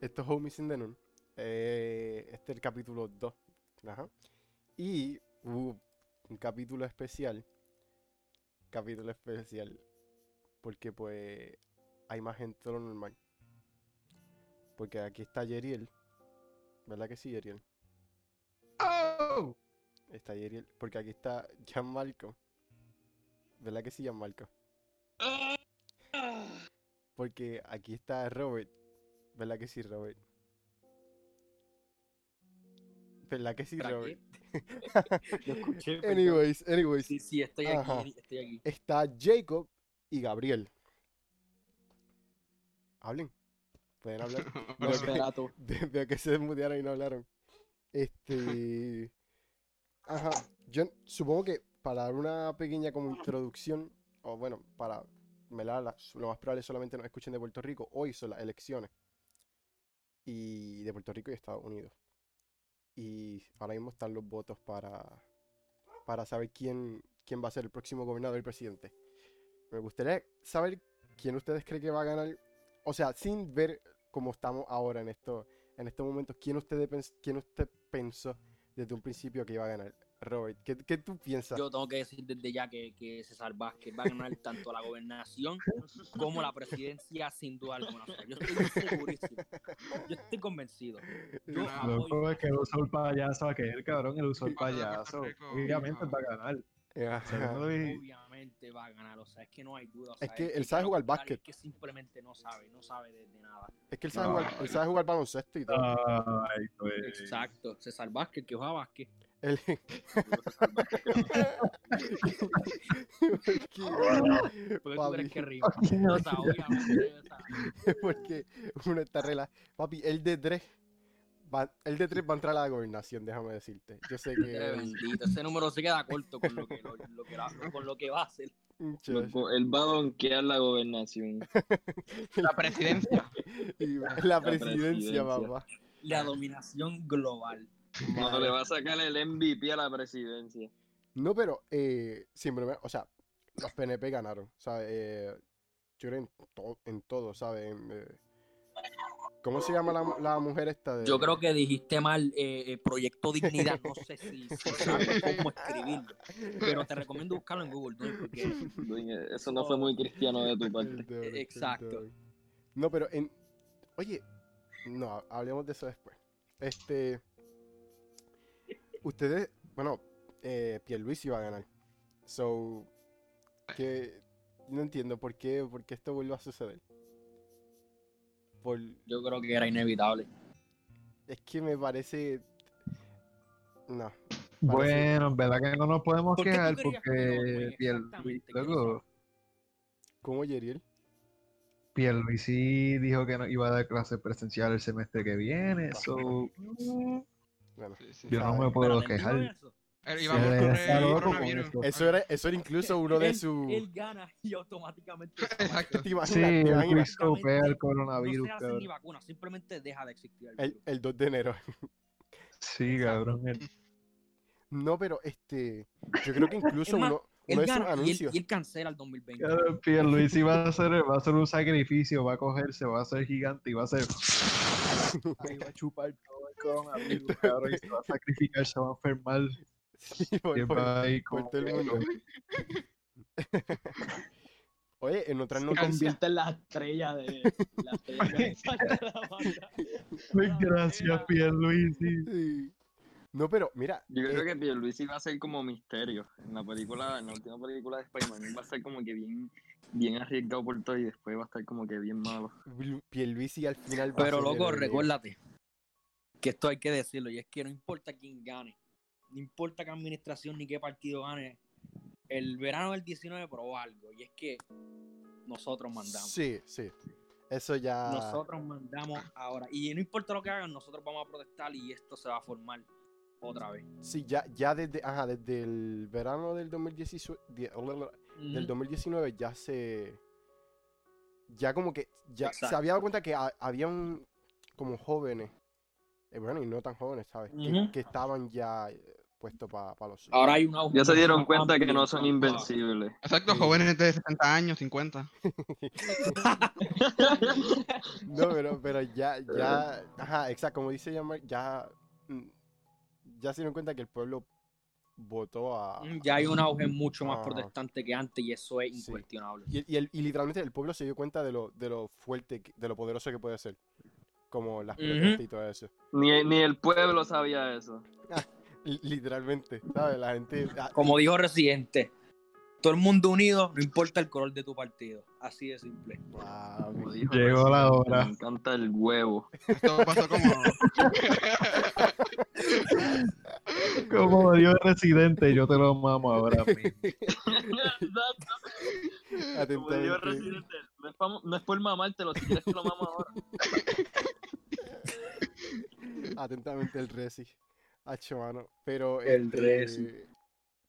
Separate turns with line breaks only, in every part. Esto es Homies in the Noon. Eh, este es el capítulo 2. Ajá. Y hubo un capítulo especial. Capítulo especial. Porque pues hay más gente de lo normal. Porque aquí está Yeriel. ¿Verdad que sí, Yeriel?
¡Oh!
Está Yeriel. Porque aquí está Gianmarco. ¿Verdad que sí, Gianmarco? Porque aquí está Robert. ¿Verdad que sí, Robert? ¿Verdad que sí, Robert?
Yo escuché. perdón.
Anyways, anyways.
Sí, sí, estoy
Ajá.
aquí, estoy aquí.
Está Jacob y Gabriel. Hablen. Pueden hablar.
No,
ok.
esperato.
Ve- Veo que se desmutearon y no hablaron. Este. Ajá. Yo supongo que para dar una pequeña como introducción, o bueno, para. me la- la- lo más probable es solamente nos escuchen de Puerto Rico. Hoy son las elecciones. Y de Puerto Rico y Estados Unidos. Y ahora mismo están los votos para. Para saber quién, quién va a ser el próximo gobernador y presidente. Me gustaría saber quién ustedes creen que va a ganar. O sea, sin ver cómo estamos ahora en esto, en estos momentos, ¿quién usted, pens- quién usted pensó desde un principio que iba a ganar? Robert, ¿qué, qué tú piensas?
Yo tengo que decir desde ya que, que César Vázquez va a ganar tanto la gobernación como la presidencia sin duda alguna. O sea, yo estoy segurísimo. Yo estoy convencido. Yo apoyo.
Loco, es que él usó el payaso aquel, cabrón, él usó el
Ah, Cuando era Puerto
payaso.
Rico,
Obviamente
ajá.
va a ganar.
Eh, Ajá.
Segundo y-
Obviamente va a ganar. O sea, es que no hay duda. o
Es
sea,
que
el
él sabe
lo
jugar
contrario
básquet.
Es que simplemente no sabe, no sabe de, de nada.
Es que él sabe, jugar, él sabe jugar baloncesto y todo.
Ay, pues. güey.
Exacto. César Vázquez, que juega básquet.
Él- Porque-
Porque tú
papi,
crees que rima. O sea, obviamente, o sea,
porque uno está rela... Papi, el de tres. Va, el de tres va a entrar a la gobernación, déjame decirte. Yo sé
eh,
que.
bendito. Ese número se queda corto con lo que, lo- lo que la- con lo que va a hacer.
Yo-
Loco, él va a donkear la gobernación.
La presidencia.
y la
la
presidencia,
presidencia.
papá.
Ah.
La dominación global.
No le va a sacar el MVP a la presidencia.
No, pero eh, siempre me- o sea, los PNP ganaron, ¿sabes? Eh, yo creo en, to- en todo, ¿sabes? En, eh, ¿Cómo se llama la, mu- la mujer esta de...?
Yo creo que dijiste mal eh, eh, Proyecto Dignidad. No sé si, si sabes cómo escribirlo, pero te recomiendo buscarlo en Google. ¿no? Porque
Dueño, Eso no fue muy cristiano de tu parte.
El de hoy, el de
Exacto.
hoy. No, pero en... Oye, no, hablemos de eso después. Este... Ustedes, bueno, eh, Pierluisi iba a ganar. So, que... No entiendo por qué, por qué esto vuelve a suceder. Por...
yo creo que era inevitable.
Es que me parece. No.
Bueno, en verdad que no nos podemos
¿Por qué tú creías
quejar
que no, güey?
porque Piel,
Exactamente, que no
loco,
¿Cómo Yeriel?
Pierluisi dijo que no iba a dar clases presencial el semestre que viene, so
Bueno.
Sí, sí.
yo no me
Pero
puedo
te digo
quejar.
eso,
Pero
Se
íbamos con
está
el
loco con
coronavirus.
eso.
Eso era, eso era incluso uno de
Él-
sus.
Él gana y automáticamente. se va.
Exacto.
¿Te imaginas?
Sí,
¿Te
el
imaginas?
Chris Copea el
No
coronavirus,
se hace ni
cabrón.
vacuna, simplemente deja de existir. El
El,
virus.
el 2 de enero.
Sí, cabrón. el-
No, pero este. Yo creo que incluso
Es más,
uno,
Él
uno de sus
gana y él-
anuncios.
y él cancela el 2020.
Claro, Pierluisi va a hacer, va a hacer un sacrificio, va a cogerse, va a ser gigante y va a ser. Ahí va a chupar todo el coronavirus, cabrón, y se va a sacrificar, se va a enfermar.
Ah, Sí, por-
y
por-
va a ir
por
como
todo el
que
mundo. Oye, en otras
Se
noticias.
convierte en la estrella de la estrella principal de la banda.
Muy gracias, Pierluisi.
Sí. No, pero mira.
Yo
eh,
creo que Pierluisi va a ser como misterio. En la película, en la última película de Spider-Man, va a ser como que bien, bien arriesgado por todo y después va a estar como que bien malo.
Lu- Pierluisi al final. va a ser
Pero
el
loco,
héroe.
recuérdate que esto hay que decirlo, y es que no importa quién gane, no importa qué administración ni qué partido gane, el verano del 19 probó algo, y es que nosotros mandamos.
Sí, Ah. sí. Eso ya.
Nosotros mandamos ahora. Y no importa lo que hagan, nosotros vamos a protestar y esto se va a formar otra vez.
Sí, ya, ya desde, ajá, desde el verano del 2018 die- bla, bla, bla, del 2019 ya se. Ya como que. Ya se
Exacto.
había dado cuenta que ha- había un. Como jóvenes. eh, bueno, y no tan jóvenes, ¿sabes? Que-
Ujú.
que, estaban ya eh, puesto para los suyos.
Ahora hay un auge.
Ya se dieron
mucho más
cuenta que
amplio
no son
en cuanto a-
invencibles.
Exacto, jóvenes de 60 años, 50.
No, pero, pero ya, ya, ajá, exacto, como dice Yamar, ya, mm, ya se dieron cuenta que el pueblo votó a...
Mm, Ya hay un auge mucho más
Ajá.
protestante que antes y eso es
Ah. Sí.
incuestionable.
Y, y el- y literalmente el pueblo se dio cuenta de lo, de lo fuerte, que- de lo poderoso que puede ser. Como las
Ujú.
protestas y todo eso.
Ni, ni el pueblo sabía eso.
Li- Literalmente, ¿sabes? La gente... ah,
Como dijo Residente, todo el mundo unido, no importa el color de tu partido. Así de simple.
wow,
Como dijo
Llegó la
Residente,
hora.
Me encanta el huevo.
Esto pasó como.
Como Dios residente, yo te lo mamo ahora mismo.
Como dijo
atentamente.
Residente, no es, famo- no es por mamártelo, si quieres te lo mamo ahora.
Atentamente el Resi. Hacho, mano. Pero. este,
El Resi.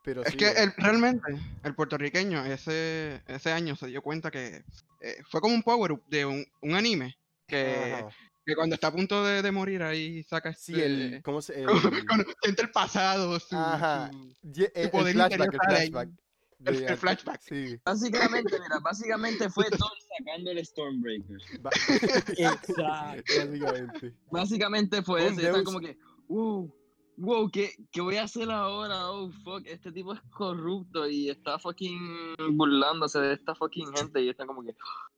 Pero Pues
Es
sí,
que
bro.
el- realmente el puertorriqueño ese, ese año se dio cuenta que eh, fue como un power up de un, un anime. Que,
Ajá.
que cuando está a punto de, de morir ahí saca
Sí, el.
este-
¿Cómo se.? El,
cuando siente el pasado, su,
Ajá.
su-
ye- e, el- el
poder
flashback, el
interior sale ahí.
flashback.
El-
de
el
Artu-
flashback.
Sí.
Básicamente, mira, básicamente fue Thor sacando el Stormbreaker.
ba-
Exacto.
Básicamente.
Básicamente
Un
fue eso. y están
Deus.
como que, uh, wow, ¿qué, ¿qué voy a hacer ahora? Oh, fuck, este tipo es corrupto y está fucking burlándose de esta fucking gente. Y están como que,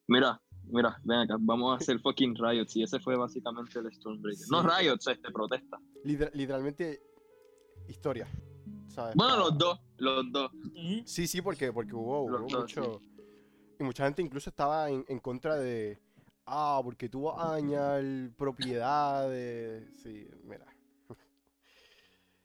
mira, mira, ven acá, vamos a hacer fucking riots. Y ese fue básicamente el Stormbreaker. No
Sí.
riots, este, protesta.
Liter- literalmente. Historia. ¿Sabes?
Bueno,
Para-
los dos, los dos.
Ujú.
Sí, sí, porque, porque hubo,
Los
hubo
dos, sí.
mucho. Y mucha gente incluso estaba en, en contra de. Ah, porque tú vas a añadir propiedades. Sí, mira.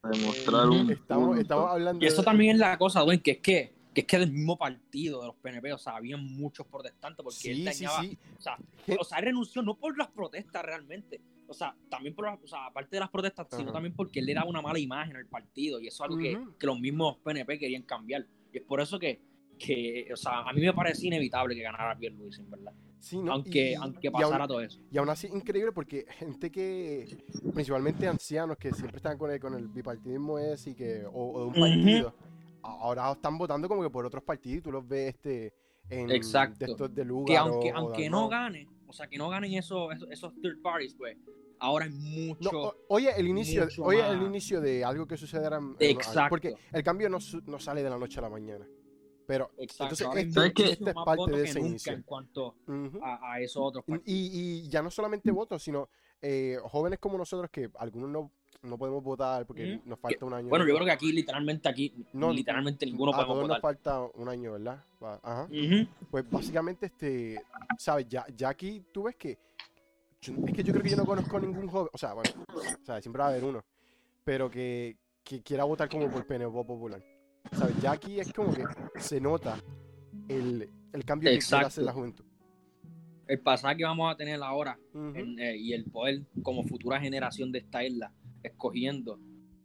Eh,
Demostrar un.
Estamos,
punto.
estamos hablando.
Y eso
de-
también es la cosa, Dwayne, que es que, que es que del mismo partido de los PNP, o sea, habían muchos protestantes porque él
Sí, sí,
dañaba.
sí.
O, sea,
Je-
o sea, él renunció no por las protestas realmente. O sea, también por las, o sea, aparte de las protestas, sino
Ajá.
también porque él le daba una mala imagen al partido. Y eso es algo que-
Ujú.
que, los mismos PNP querían cambiar. Y es por eso que, que, o sea, a mí me parecía inevitable que ganara Luis, en verdad.
Sí, ¿no?
aunque,
Y- y- y
aunque
aún-
pasara todo eso.
Y aún así, increíble porque gente que, principalmente ancianos, que siempre están con el, con el bipartidismo ese y que, o, o de un
Ujú.
partido, a- ahora están votando como que por otros partidos y tú los ves este, en
Exacto.
de estos de lugar.
que aunque, aunque no gane, o sea, que no ganen esos, esos, esos third parties, pues, ahora hay mucho.
oye, el inicio,
mucho
oye el
más.
inicio de algo que sucederá. en- en unos años,
Exacto.
Porque el cambio no, su- no sale de la noche a la mañana. Pero,
Exacto.
entonces,
ahora hay
este-
¿sabes qué?
muchísimo
este es
más
parte
votos
de
que
ese
nunca
inicio.
en cuanto
ujú.
a, a esos otros
Y,
partidos.
y ya no solamente votos, sino eh, jóvenes como nosotros que algunos no, no podemos votar porque
Ujú.
nos falta un año.
Bueno, yo creo que aquí, literalmente, aquí,
No,
literalmente ninguno
a
podemos
todos
votar.
nos falta un año, ¿verdad? Va- Ajá.
Ujú.
Pues básicamente, este, ¿sabes? Ya, ya aquí tú ves que. yo- es que yo creo que yo no conozco ningún joven. O sea, bueno, o sea, siempre va a haber uno. Pero que, que quiera votar como por PNV Popular. ¿Sabes? Ya aquí es como que se nota el, el cambio que quiere
Exacto.
hacer la juventud.
El pasaje que vamos a tener ahora
Ujú.
en- eh, y el poder como futura generación de esta isla escogiendo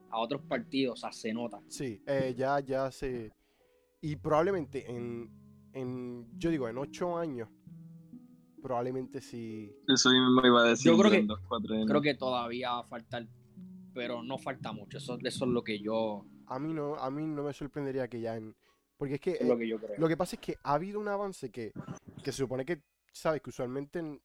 a otros partidos, o sea, se nota.
Sí, eh, ya, ya se. Y probablemente en, en. Yo digo, en ocho años. Probablemente sí.
Eso mismo iba a decir.
Yo creo que-
en dos, cuatro años.
Creo que todavía va a faltar, pero no falta mucho. Eso, eso es lo que yo,
A mí no, a mí no me sorprendería que ya en. Porque es que.
eso es lo
eh,
que yo creo.
lo que pasa es que ha habido un avance que, que se supone que, sabes, que usualmente en-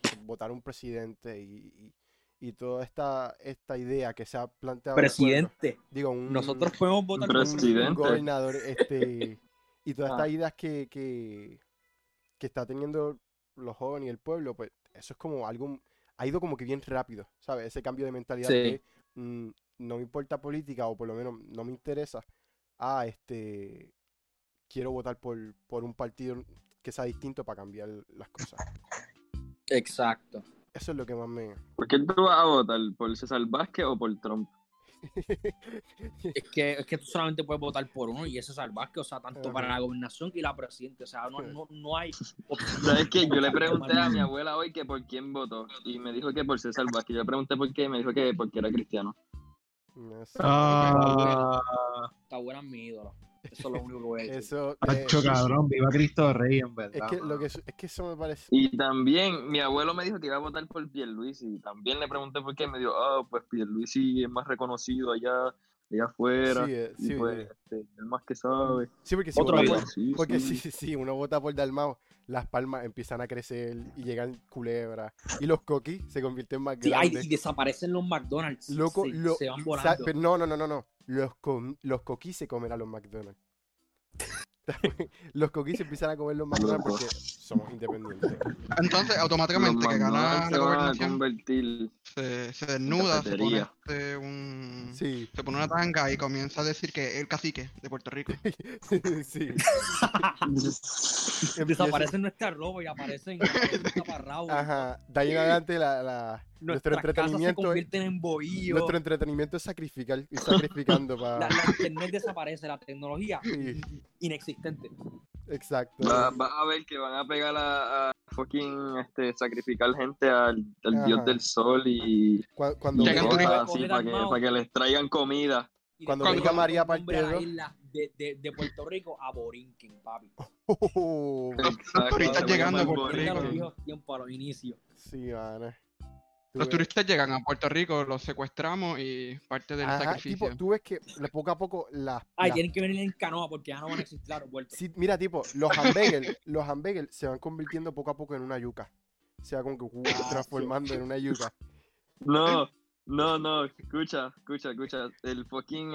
pues, votar un presidente y, y, y toda esta, esta idea que se ha planteado. en el pueblo,
Presidente,
digo, un,
nosotros podemos votar por
un-
un-
Presidente.
un gobernador este, y todas
Ah.
estas ideas que, que, que está teniendo los jóvenes y el pueblo, pues eso es como algo, ha ido como que bien rápido, ¿sabes? Ese cambio de mentalidad
Sí.
de mm, no me importa política o por lo menos no me interesa, ah, este, quiero votar por, por un partido que sea distinto para cambiar las cosas.
Exacto.
Eso es lo que más me...
¿Por qué tú vas a votar? ¿Por César Vázquez o por Trump?
Es que, es que tú solamente puedes votar por uno y ese es el Vázquez, o sea, tanto
Ajá.
para la gobernación que la presidenta. O sea, no, no, no hay. opción.
¿Sabes qué? Yo le pregunté a mi abuela hoy que por quién votó y me dijo que por César Vázquez. Yo le pregunté por qué y me dijo que porque era cristiano.
no sé.
Ah,
Esta abuela es mi ídolo. Eso es lo único que voy a decir.
Eso... eh,
macho cabrón, viva Cristo Rey, en verdad.
es que, lo
mano.
que, es que eso me parece...
Y también mi abuelo me dijo que iba a votar por Pierluisi y también le pregunté por qué y me dijo, ah, pues Pierluisi es más reconocido allá allá afuera.
Sí, eh,
y
sí,
pues, este, el más que sabe.
sí, porque si
Otro
uno
video.
vota- porque sí, sí, sí, uno vota por Dalmao, las palmas empiezan a crecer y llegan culebras. Y los coquis se convierten más
Sí, ay,
grandes.
y desaparecen los McDonald's.
Loco,
se,
lo-
se van
Sa-
volando.
pero no, no, no, no, no. Los, com- los coquís se comen a los McDonald's. los coquís se empiezan a comer los McDonald's
Loco.
porque somos independientes.
Entonces, automáticamente,
Los
que gana
McDonald's
la
se van a
gobernación,
convertir.
se, se desnuda, se pone,
cafetería.
este, un,
Sí,
se pone una tanga y comienza a decir que es el cacique de Puerto Rico.
sí.
Desaparecen nuestra ropa y aparecen aparecen taparrabos.
Ajá. De ahí en adelante la- la- nuestro
Nuestras casas se
entretenimiento es,
convierten en bohíos.
nuestro entretenimiento es sacrificar, ir sacrificando
La,
para.
la internet desaparece, la tecnología
Sí,
inexistente.
exacto.
Va- Vas a ver que van a pegar a, a fucking este, sacrificar gente al, al
Ajá.
dios del sol y
Cua- Cuando,
Llegan
venga-
turistas.
cosas así para que,
Armado.
pa' que les traigan comida.
Y
Cuando
después
venga María
los hombres
Parteros.
a islas De, de, de Puerto Rico a Borinquen, papi.
Oh,
Exacto,
turistas
se van a
llegando a
llamar
Puerto
Venga a los
Rico.
viejos tiempos, a los inicios.
sí, mana.
Los
Tuve-
turistas llegan a Puerto Rico, los secuestramos y parte del
Ajá,
sacrificio.
tipo, tú ves que la- poco a poco las.
Ay,
las-
tienen que venir en canoa porque ya no van a existir aeropuertos.
sí, mira, tipo, los hamburgers, los hamburgers se van convirtiendo poco a poco en una yuca. Se va como que
Ah,
uh, transformando en una yuca.
No, no, no, escucha, escucha, escucha. El fucking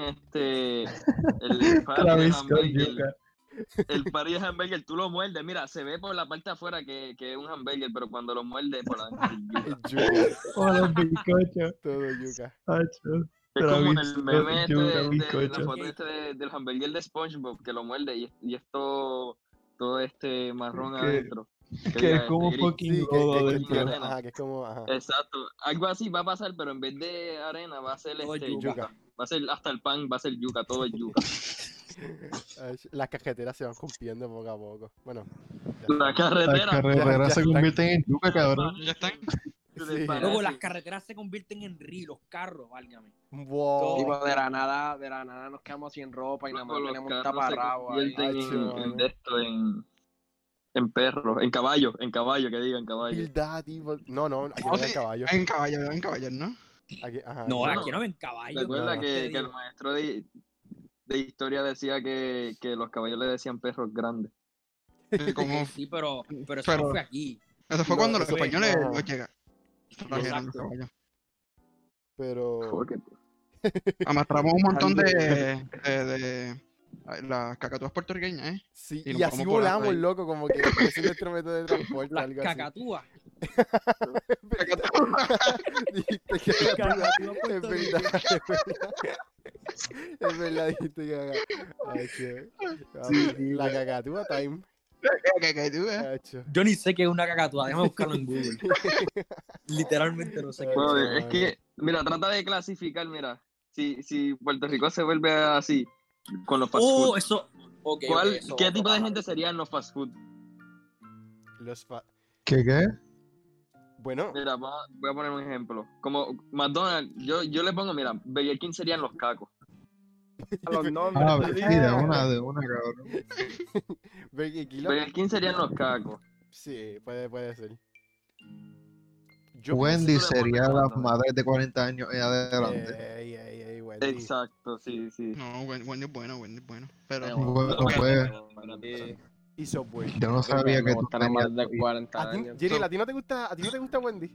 este. El party de
Travis Scott,
hamburger.
yuca.
El party de hamburger, tú lo muerdes. Mira, se ve por la parte de afuera que, que es un hamburger, pero cuando lo muerdes, por la.
Es yuca,
O los bizcochos,
todo yuca.
hacho.
Es como en
Travis
el
Scott,
meme este
yuca,
de, de- la
bizcocho.
foto este de- del hamburger de SpongeBob que lo muerde y, y es todo, todo este marrón
Que-
adentro. Que
Que
diga,
es como
este, gris.
fucking
Sí, que, que-
lodo
que-
dentro.
que- ajá, que es como. Ajá.
Exacto, algo así va a pasar, pero en vez de arena va a ser
Todo
este,
yuca.
yuca. Va a ser hasta el pan, va a ser yuca, todo es yuca.
Ay, Las cajeteras se van cumpliendo poco a poco. Bueno,
La
Las
carretera.
Ya-
carreteras
ya
se
están.
convierten en yuca, cabrón.
¿Ya están?
Sí.
Luego las carreteras se convierten en ríos, los carros, válgame.
wow.
Tipo, pues, de la nada, de la nada nos quedamos sin ropa y nada más
Luego los
tenemos un
carros se
taparrabo ahí.
convierten
Ay,
en,
chaval.
eh.
en de esto, en, en perro, en caballo, en caballo, que digan caballo.
Pildad, tipo- No, no, aquí no hay
sí,
caballos.
En caballos, en caballos, ¿no?
Aquí, ajá,
No,
sí.
bueno.
aquí no ven caballos.
Recuerda
no,
que,
te
que el
digo.
maestro de, de historia decía que, que los caballos le decían perros grandes.
Eh, como-
Sí, pero, pero eso no
Pero-
fue aquí.
Eso fue
No,
cuando los
eso-
españoles
no.
los llegan. Trajeron los caballos.
Pero.
Porque-
Amastramos un montón de, de, de- ay, las cacatúas puertorriqueñas, ¿eh?
Sí,
Y
y,
nos
así
vamos volando
volamos,
ahí.
loco, como que ese es nuestro método de transporte,
Las
algo así.
cacatúas.
Dijiste que era
Cacatúa
tu- Es verdad,
puertorriqueña.
es verdad. Es verdad, dijiste que haga- Ay, che. Papi, La cacatúa time.
Eh.
Cacatúas.
cacho.
Yo ni sé qué es una cacatúa, déjame buscarlo en Google. Literalmente no sé qué
Bueno,
Sí,
es
mano.
que, mira, trata de clasificar, mira. Si, si Puerto Rico se vuelve así, con los fast food,
Oh, eso. ok, ok,
¿cuál-
eso
¿qué
otro
tipo de
paso.
gente serían los fast food?
Los fa-
¿Qué qué?
Bueno,
Mira, va- voy a poner un ejemplo. Como McDonald's, yo, yo le pongo, mira, Burger King serían los cacos.
Los nombres.
Ah, sí, de una, de una, cabrón.
Burger King,
Burger King serían los cacos.
sí, puede, puede ser. Yo
Wendy
pienso que le
sería
ponen
las
cuatro.
madres de 40 años y
pienso-
adelante.
Ey, ey, ey, Wendy.
Exacto, sí, sí.
No, Wen- Wendy es bueno, Wendy es bueno. Pero
Bueno, pues,
Sí.
Y Subway.
yo no sabía que
me
tú
gustaron más
tenías,
de 40
A ti-
años.
Jerry, ¿a ti no te gusta, a ti no te gusta Wendy?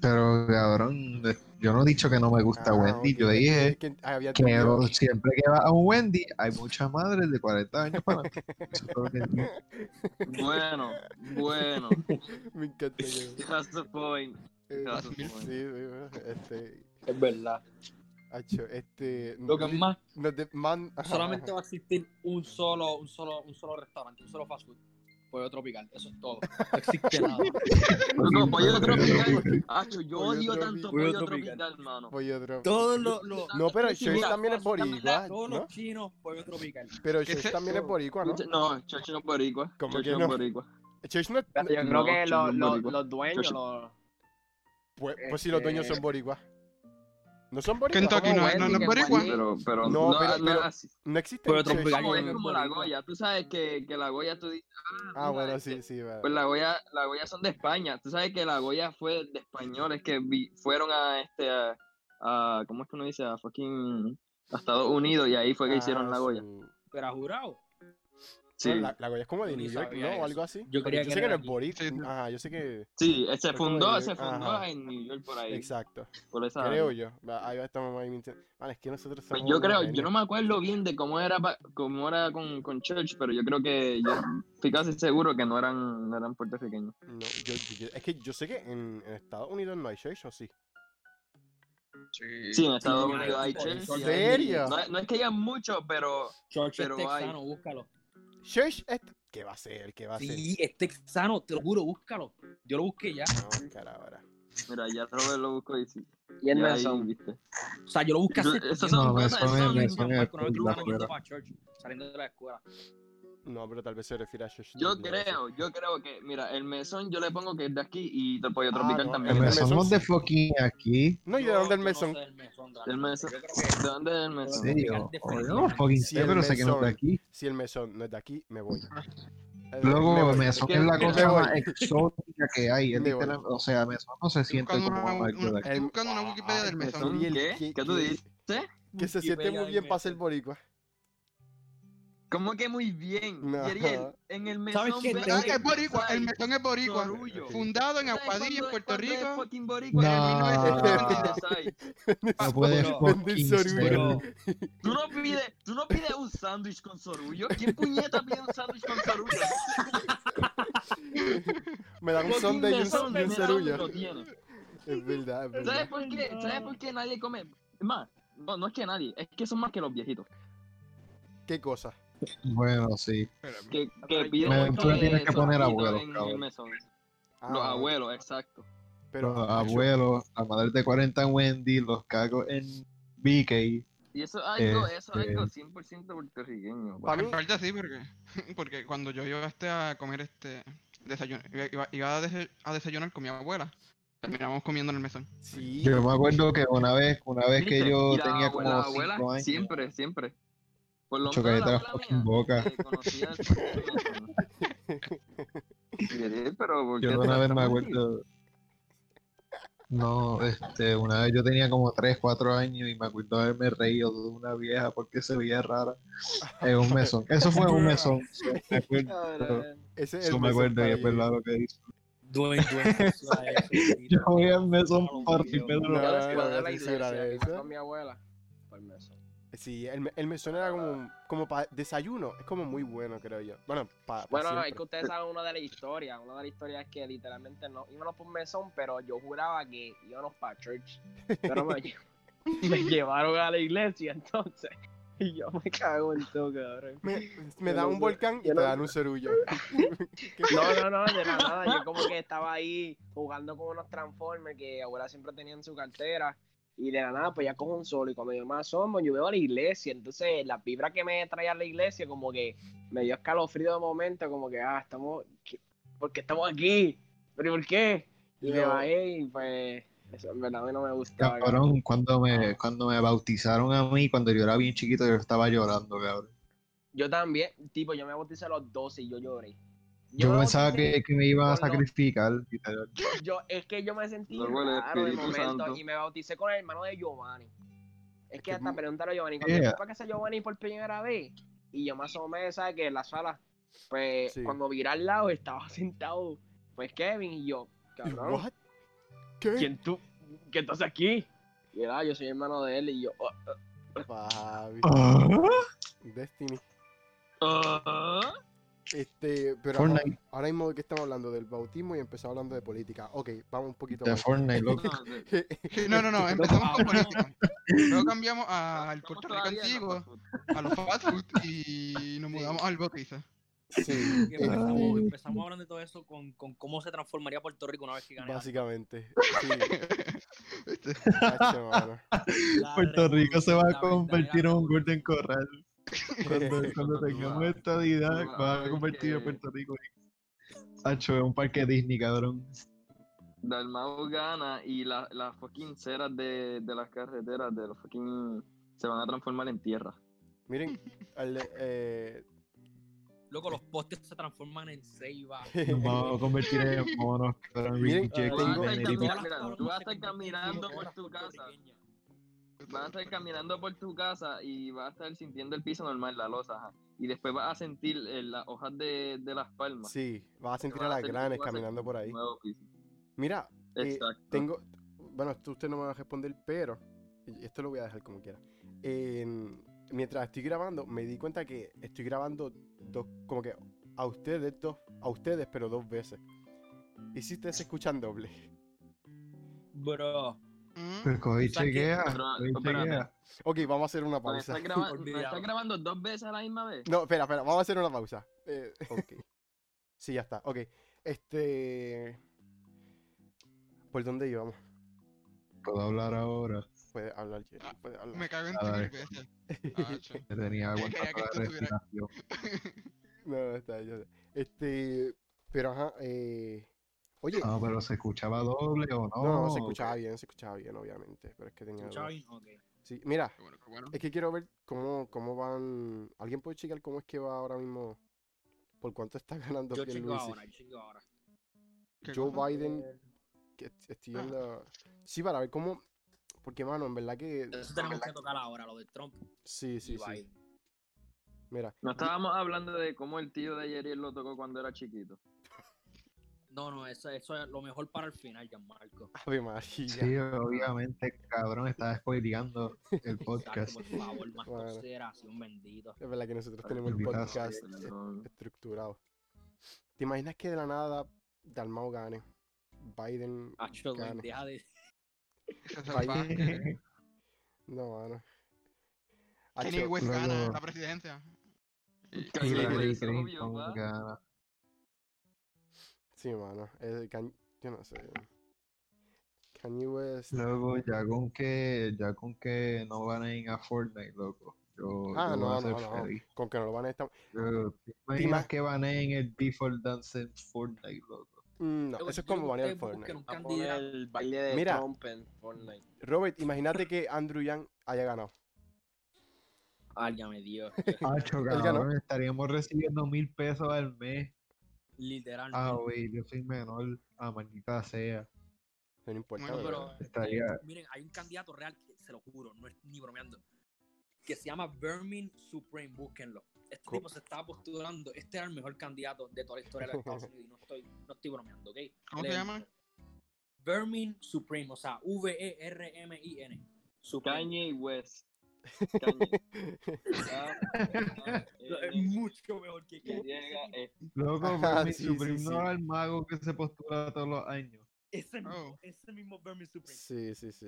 pero cabrón, yo no he dicho que no me gusta
Ah,
Wendy,
ok,
yo
es
dije
que- ah, había
que
entendido.
no- siempre que vas a un Wendy hay muchas madres de 40 años para adelante. Eso es lo que-
Bueno, bueno.
Me encanta. yo-
That's the point.
eh,
That's
sí,
the point.
sí, bueno, este,
Es verdad.
Hacho, este.
Lo que es más,
no te- man- ajá,
solamente
ajá.
va a existir un solo, un solo, un solo restaurante, un solo fast food. Pollo tropical, eso es todo. No existe nada.
Loco, pollo
Pollo
tropical. Acho, yo
Pollo
odio
tropical.
tanto
Pollo
pollo
tropical.
tropical, mano.
Pollo tro-
Todos los, los-
No, pero el
Sí,
Choice
mira,
también es boricua,
todos
¿no?
los chinos, pollo tropical.
Pero
¿Qué es
Choice también es
eso?
boricua, ¿no?
No, Church no es boricua.
¿Cómo
Church
que
no
no?
es boricua.
Choice no es-
Pero Yo
No,
creo que
son
los, los-
boricua.
los dueños,
Yo-
los.
Pues, pues si los dueños
Eh,
son boricua. ¿No son boricua?
Kentucky
como
no,
Wendy,
no, no
que
es boricua.
Wendy-
Pero, pero,
No,
no,
pero-
no,
pero-
así.
No existe
Pero
el Choice.
tropical
No,
Gallo
es
es
como la
boricua.
Goya. Tú sabes que, que la Goya tú dices.
Ah,
mira,
bueno, sí,
este,
sí. va.
Pues la Goya, la Goya son de España. Tú sabes que la Goya fue de españoles que vi- fueron a este a, a, ¿cómo es que uno dice? A fucking a Estados Unidos y ahí fue
Ah,
que hicieron la Goya.
Pero ha jurado.
Sí,
La, la Goya es como de
Yo ni
New York,
sabía
¿no?
eso.
O algo así. Porque
Yo creía que
sé que
era
no es
aquí.
boricua.
Sí, sí.
Ajá, yo sé que.
sí, eh, se
Pero como
fundó,
de-
se fundó
ajá.
en New York por ahí.
Exacto.
Por esa
Creo yo. Va, Ahí va esta mamá ahí mintiendo. Man, es que nosotros
Pues
somos
yo
unos
creo, yo
genios.
no me acuerdo bien de cómo era pa- cómo era con, con Church, pero yo creo que yo estoy casi seguro que no eran, no eran puertorriqueños.
No, yo- yo- yo- es que yo sé que en, en Estados Unidos no hay church, ¿o sí?
Sí, en Estados
Sí,
Unidos hay
¿en
Church. y hay-
serio?
No, no es que haya muchos, pero
George
Pero
es texano, búscalo.
Church es... ¿Qué va a ser? ¿Qué va a ser?
Sí, es texano, te lo juro, búscalo. Yo lo busqué ya.
No, cara, ahora.
mira, ya Robert lo buscó y sí.
Y
ya
el
ahí,
mesón.
viste.
O sea, yo lo busqué hace
Yo- esas
No,
son
me
cosas,
suena
esas
el
son
mesón.
cosas-
Una vez que
de
uno
afuera.
yendo para church, saliendo de la escuela.
No, pero tal vez se refiere a church.
Yo
de-
creo, yo creo que, mira, el mesón yo le pongo que es de aquí y el pollo
Ah,
tropical
no,
también.
El
El
es de
mesón
mesón no es
sí.
de fucking aquí.
No, ¿y de dónde el
Yo no sé
mesón?
del mesón,
aquí. ¿El
Dani.
mesón?
Yo creo que-
¿De dónde es el
¿En
mesón?
serio?
Tropical de
Oye,
Florida.
no, fucking
Sí,
sé,
el
pero sé que no es de
mesón.
aquí.
Si el mesón no es de aquí, me voy. Eh, me
Luego,
voy.
mesón
que-
es la
es que
cosa
me voy.
más exótica que hay. es
Me voy.
literal- o sea, mesón no se siente
buscando
como
una-
algo de
una-
aquí.
Estoy buscando una
Ah,
Wikipedia del
el
mesón.
y el-
¿Qué?
que-
¿Qué tú
que-
dices?
Que se siente
Wikipedia
muy
del
bien para ser
mesón.
boricua.
¿Cómo que muy bien?
No.
Yeriel, en el mesón.
¿Sabes qué?
ve
El mesón
que
es boricua, el
sale-
mesón es boricua.
Sorullo.
Fundado en
¿Sabes
Aguadilla,
cuándo
en
es-
Puerto
cuándo es
Rico.
fucking boricua? En el
No.
1976.
No puedes
Pero-
Pero-
fucking ser.
Pero,
¿Tú no pides, tú no pides un sándwich con sorullo? ¿Quién puñeta pide un sándwich con sorullo?
Me da un
Fucking
sonde y un,
mesón,
y un
mira
cerullo.
dónde lo tiene.
Es verdad, es
¿Sabes
verdad.
por qué? ¿Sabes por qué nadie come? Es Más, no, no es que nadie, es que son más que los viejitos.
¿Qué cosa?
Bueno, sí.
Espérame.
Que, que piden
Me-
esto
tú le
de
tienes que poner
sorullo
abuelos,
en el
cabrón.
mesón.
Ah,
Los abuelos, exacto.
Pero,
los abuelos, la madre de 40 en Wendy, los cagos en BK.
Y eso es algo,
Eh,
eso es algo
eh.
100% puertorriqueño.
Para mí,
En parte sí, porque, porque cuando yo iba este a comer este desayuno, iba- iba, iba a, dese- a desayunar con mi abuela, terminábamos comiendo en el mesón.
sí.
Yo me acuerdo que una vez, una vez que
¿Viste?
yo
Y la
tenía
abuela-
como
la abuela
5 años.
Siempre, siempre. Por lo
Mucho
menos
calleta
la
la
abuela
fucking
mía,
boca.
eh, conocía el puertorriqueño. Sí, pero ¿por qué
Yo
te
una
la
vez me
estás
acuerdo. No, este, una vez yo tenía como 3, 4 años y me acuerdo haberme reído de una vieja porque se veía rara en un mesón. Eso fue en un mesón. sí, Me acuerdo,
mintiendo?
Ese es
eso
el mesón
me acuerdo y
para
es verdad
Yuri.
lo que hizo.
duende, duende,
Yo voy al mesón para ti,
No,
Pedro.
no,
Yo
no,
después de
no,
la
censurar
iglesia,
eso.
iba con mi abuela. Para el mesón.
Sí, el, me- el mesón era como, como para desayuno. Es como muy bueno, creo yo. Bueno, para.
Bueno, es que ustedes saben una de las historias. Una de las historias es que literalmente no íbamos por mesón, pero yo juraba que íbamos para church. Pero me, lle- me llevaron a la iglesia entonces. Y yo me cago en todo, cabrón.
Me, me dan
no
un
sé,
volcán y te
yo no
dan un cerullo.
No, no, no, de la nada. Yo como que estaba ahí jugando con unos Transformers que abuela siempre tenía en su cartera. Y de la nada, pues ya cojo un solo. Y cuando yo me asomo, yo veo a la iglesia. Entonces, la vibra que me traía a la iglesia, como que me dio escalofrío de momento. Como que, ah, estamos. ¿qué- ¿Por qué estamos aquí? ¿Pero ¿y por qué? Y me
Yo-
bajé y pues. Eso en verdad a mí no me gustaba. cabrón.
Cabrón, cuando me, cuando me bautizaron a mí, cuando yo era bien chiquito, yo estaba llorando, cabrón.
Yo también, tipo, yo me bauticé a los 12 y yo lloré.
Yo,
me
pensaba
bauticé-
que, que me iban a
con los-
sacrificar. literal.
Yo, es que yo me sentí
No huele
raro de
Espíritu
momento
Santo.
y me bauticé con el hermano de Giovanni. Es que
que
hasta
mu-
preguntaron a Giovanni, cuando
Yeah.
yo fui para casa de Giovanni por primera vez, y yo más o menos, ¿sabes? Que en la sala, pues
Sí.
cuando viré al lado estaba sentado, pues Kevin y yo,
Y,
cabrón,
¿What? ¿Qué?
¿quién tú? ¿Qué estás aquí? Y era, yo soy hermano de él y yo, oh, oh,
Fabi,
Ah.
Destiny.
Ah,
Este, pero ahora,
Fortnite.
ahora mismo que estamos hablando del bautismo y empezamos hablando de política. Ok, vamos un poquito
De
más.
Fortnite, loco.
no, de-
Sí, No, no, no, empezamos con política. Luego cambiamos al
estamos
Puerto Rico
todavía en la
antiguo,
fast food.
a los fast food y nos mudamos al bautiza.
Sí,
Que Empezamos,
Ay.
empezamos hablando de todo eso con, con cómo se transformaría Puerto Rico una vez que ganara.
básicamente. Sí,
Este,
cacho, mano.
La
Puerto Rico se
revolución,
va a
la
convertir en
verdadera
un Golden Corral. Cuando, cuando
Tú
tengamos
vas-
estadidad,
tú vas a
va a
ver
convertir a
que-
Puerto Rico en Acho, es un parque Disney, cabrón.
Dalmau gana y la- las fucking ceras de, de las carreteras de los fucking se van a transformar en tierra.
Miren, al, eh,
Loco, los postes se transforman en ceiba.
Nos vamos a convertir en monos, cabrón. Ricky
Miren,
Jackie,
tengo-
Tú vas a
Benedict
estar
Todas
caminando,
las
tú vas a
coronas se
estar
convierten en coronas
caminando por tu casa.
puertorriqueñas.
vas a estar caminando por tu casa y vas a estar sintiendo el piso normal, la losa, ajá. Y después vas a sentir eh, las hojas de, de las palmas.
Sí, vas a sentir a
vas a
las
sentir-
granes
vas a
caminando por ahí.
Nuevo piso.
Mira, eh,
Exacto.
tengo. Bueno, esto usted no me va a responder, pero. y Esto lo voy a dejar como quiera. En- mientras estoy grabando, me di cuenta que estoy grabando dos. Como que a ustedes dos. A ustedes, pero dos veces. Y si ustedes se escuchan doble.
Bro,
Mm,
Pero Pues cogí
Saque,
chequea.
pero-
cogí
espérate.
chequea.
Ok, vamos a hacer una
¿Me
pausa.
estás, graba- me
Olvidado.
estás grabando dos veces a la misma vez?
No, espera, espera, vamos a hacer una pausa. Eh, ok. sí, ya está. Ok. Este. ¿Por dónde íbamos?
Puedo hablar ahora.
Puede hablar, Jerry,
Ah,
puede hablar.
me cago en
A
ti mil
ver.
veces. Ah, che.
que Tenía
Es que
aguantado
ya que
la
esto estuviera-
respiración.
No, no, está, bien, ya está. Este. Pero ajá, eh. Oye.
No, pero se escuchaba doble o no.
No, no, se escuchaba bien, se escuchaba bien, obviamente. Pero es que tenía.
escuchaba
dudas.
bien? Ok.
Sí, mira,
Qué bueno, qué bueno.
es que quiero ver cómo, cómo van. ¿Alguien puede checar cómo es que va ahora mismo? ¿Por cuánto está ganando
Yo checo
Pierluisi?
ahora, yo checo ahora.
¿Qué
Joe
cosa?
Biden. que est- estoy
Ah.
viendo. Sí, para ver cómo. Porque, mano, en verdad que.
Eso tenemos que tocar ahora, lo de Trump
Sí,
y
sí, sí.
Eh, Biden.
Mira.
No estábamos hablando de cómo el tío de Jerry lo tocó cuando era chiquito.
No, no, eso, eso es lo mejor para el final, Gianmarco.
Ave María.
Sí, obviamente, cabrón, estaba spoileando el
Exacto,
podcast.
por favor, más
Bueno.
consideración, bendito.
Es verdad que nosotros
Para
tenemos el
olvidarse,
podcast
Este,
eh, est-
Cabrón.
estructurado. ¿Te imaginas que de la nada Dalmau gane? Biden.
Acho, güey,
gane.
deja de...
Ese
Biden-
salvaje.
No, mano.
Kanye
Acho,
West
luego-
gana la presidencia. Y-
Kanye
Sí,
Hillary
West, obvio,
Clinton
va.
gana.
Sí, mano. el Kan- Yo no sé. Kanye West.
Luego, ya con que, ya con que no ganen a Fortnite, loco. Yo,
Ah,
yo voy
no,
a ser
no, no.
feliz.
Con que no lo van a estar.
Yo- ¿te
ima-
imaginas que baneen el Default Dance en Fortnite, loco?
Mm, No, eso
Yo
es
digo
como
que
banear el
ustedes busquen
Fortnite.
un
Va a
candidato.
poner el baile de
Mira.
Trump en Fortnite.
Robert, imagínate que Andrew Yang haya ganado.
Válgame Dios,
Acho,
ganó.
cabrón, estaríamos recibiendo mil pesos al mes.
literalmente.
Ah, güey, yo soy menor. Ah, maldita sea.
No importa.
Bueno,
¿verdad?
pero,
Estaría-
eh, miren, hay un candidato real, que, se lo juro, no es ni bromeando, que se llama Vermin Supreme, búsquenlo. Este
Co-
tipo se estaba postulando, este era el mejor candidato de toda la historia de los Estados Unidos y no estoy, no estoy bromeando, ¿ok?
¿Cómo se
Léanlo.
llama?
Vermin Supreme, o sea, E V-E-R-M-I-N. Supreme.
Kanye West. Kanye.
Es mucho mejor que
Y eh, llega
Kanye.
este.
Loco,
Ajá,
pero mi
sí, sí, sí.
al mago que se postula todos los años.
Ese mismo,
Oh.
ese mismo Vermin Supreme.
Sí, sí, sí.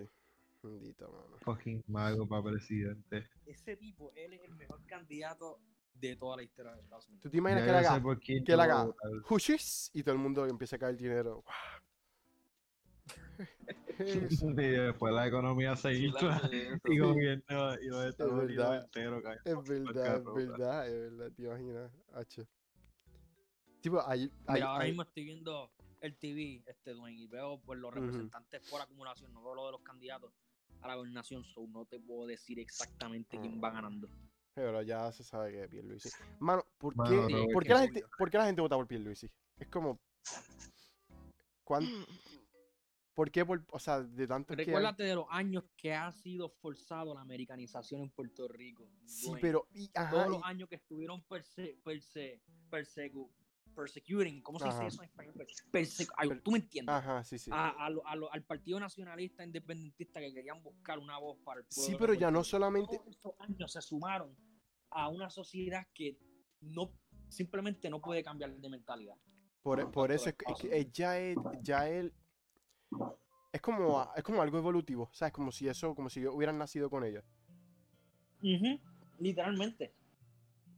Bendito, mano.
Fucking mago para presidente.
Ese tipo, él es el mejor candidato de toda la historia de los Estados Unidos.
¿Tú te imaginas
Ya
que la
yo sé
haga?
por quién
que
yo
la
voy a
haga.
votar.
¡Hushis! Y todo el mundo empieza a caer el dinero. es
Y después la economía se infla. Y gobierno y los Estados
verdad.
Unidos enteros caen por
verdad, es
bancarrota.
verdad, es verdad, te imaginas, H. Tipo, ahí, ahí,
Mira, ahora
ahí-
mismo estoy viendo el TV, este Dwayne, y veo pues los
Ujú.
representantes por acumulación, no veo lo de los candidatos a la gobernación, so no te puedo decir exactamente
Oh.
quién va ganando.
pero ya se sabe que es Pierluisi. Mano, ¿por
Mano,
qué,
Sí, Robert,
¿por
qué
qué la
obvio.
gente, por qué la gente vota por Pierluisi? Es como, ¿cuán- ¿por qué por, o sea, de tanto que hay-
Recuérdate de los años que ha sido forzado la americanización en Puerto Rico.
Sí,
Dwayne.
pero, y- ajá,
todos los
y-
años que estuvieron perse, perse, persecu- persecuting, ¿cómo se
Ajá.
dice eso en español? Perse- ay, tú me entiendes.
ajá, sí, sí.
A- a lo- a lo- al Partido Nacionalista Independentista que querían buscar una voz para el pueblo.
Sí,
de
pero ya
Puerto
no
Rico.
solamente,
todos estos años se sumaron a una sociedad que no simplemente no puede cambiar de mentalidad.
Por,
Ajá.
por
Tanto
eso es,
despacio.
que- es que ya él, ya él es como a- es como algo evolutivo, ¿sabes? Como si eso, como si yo hubieran nacido con ella.
Literalmente.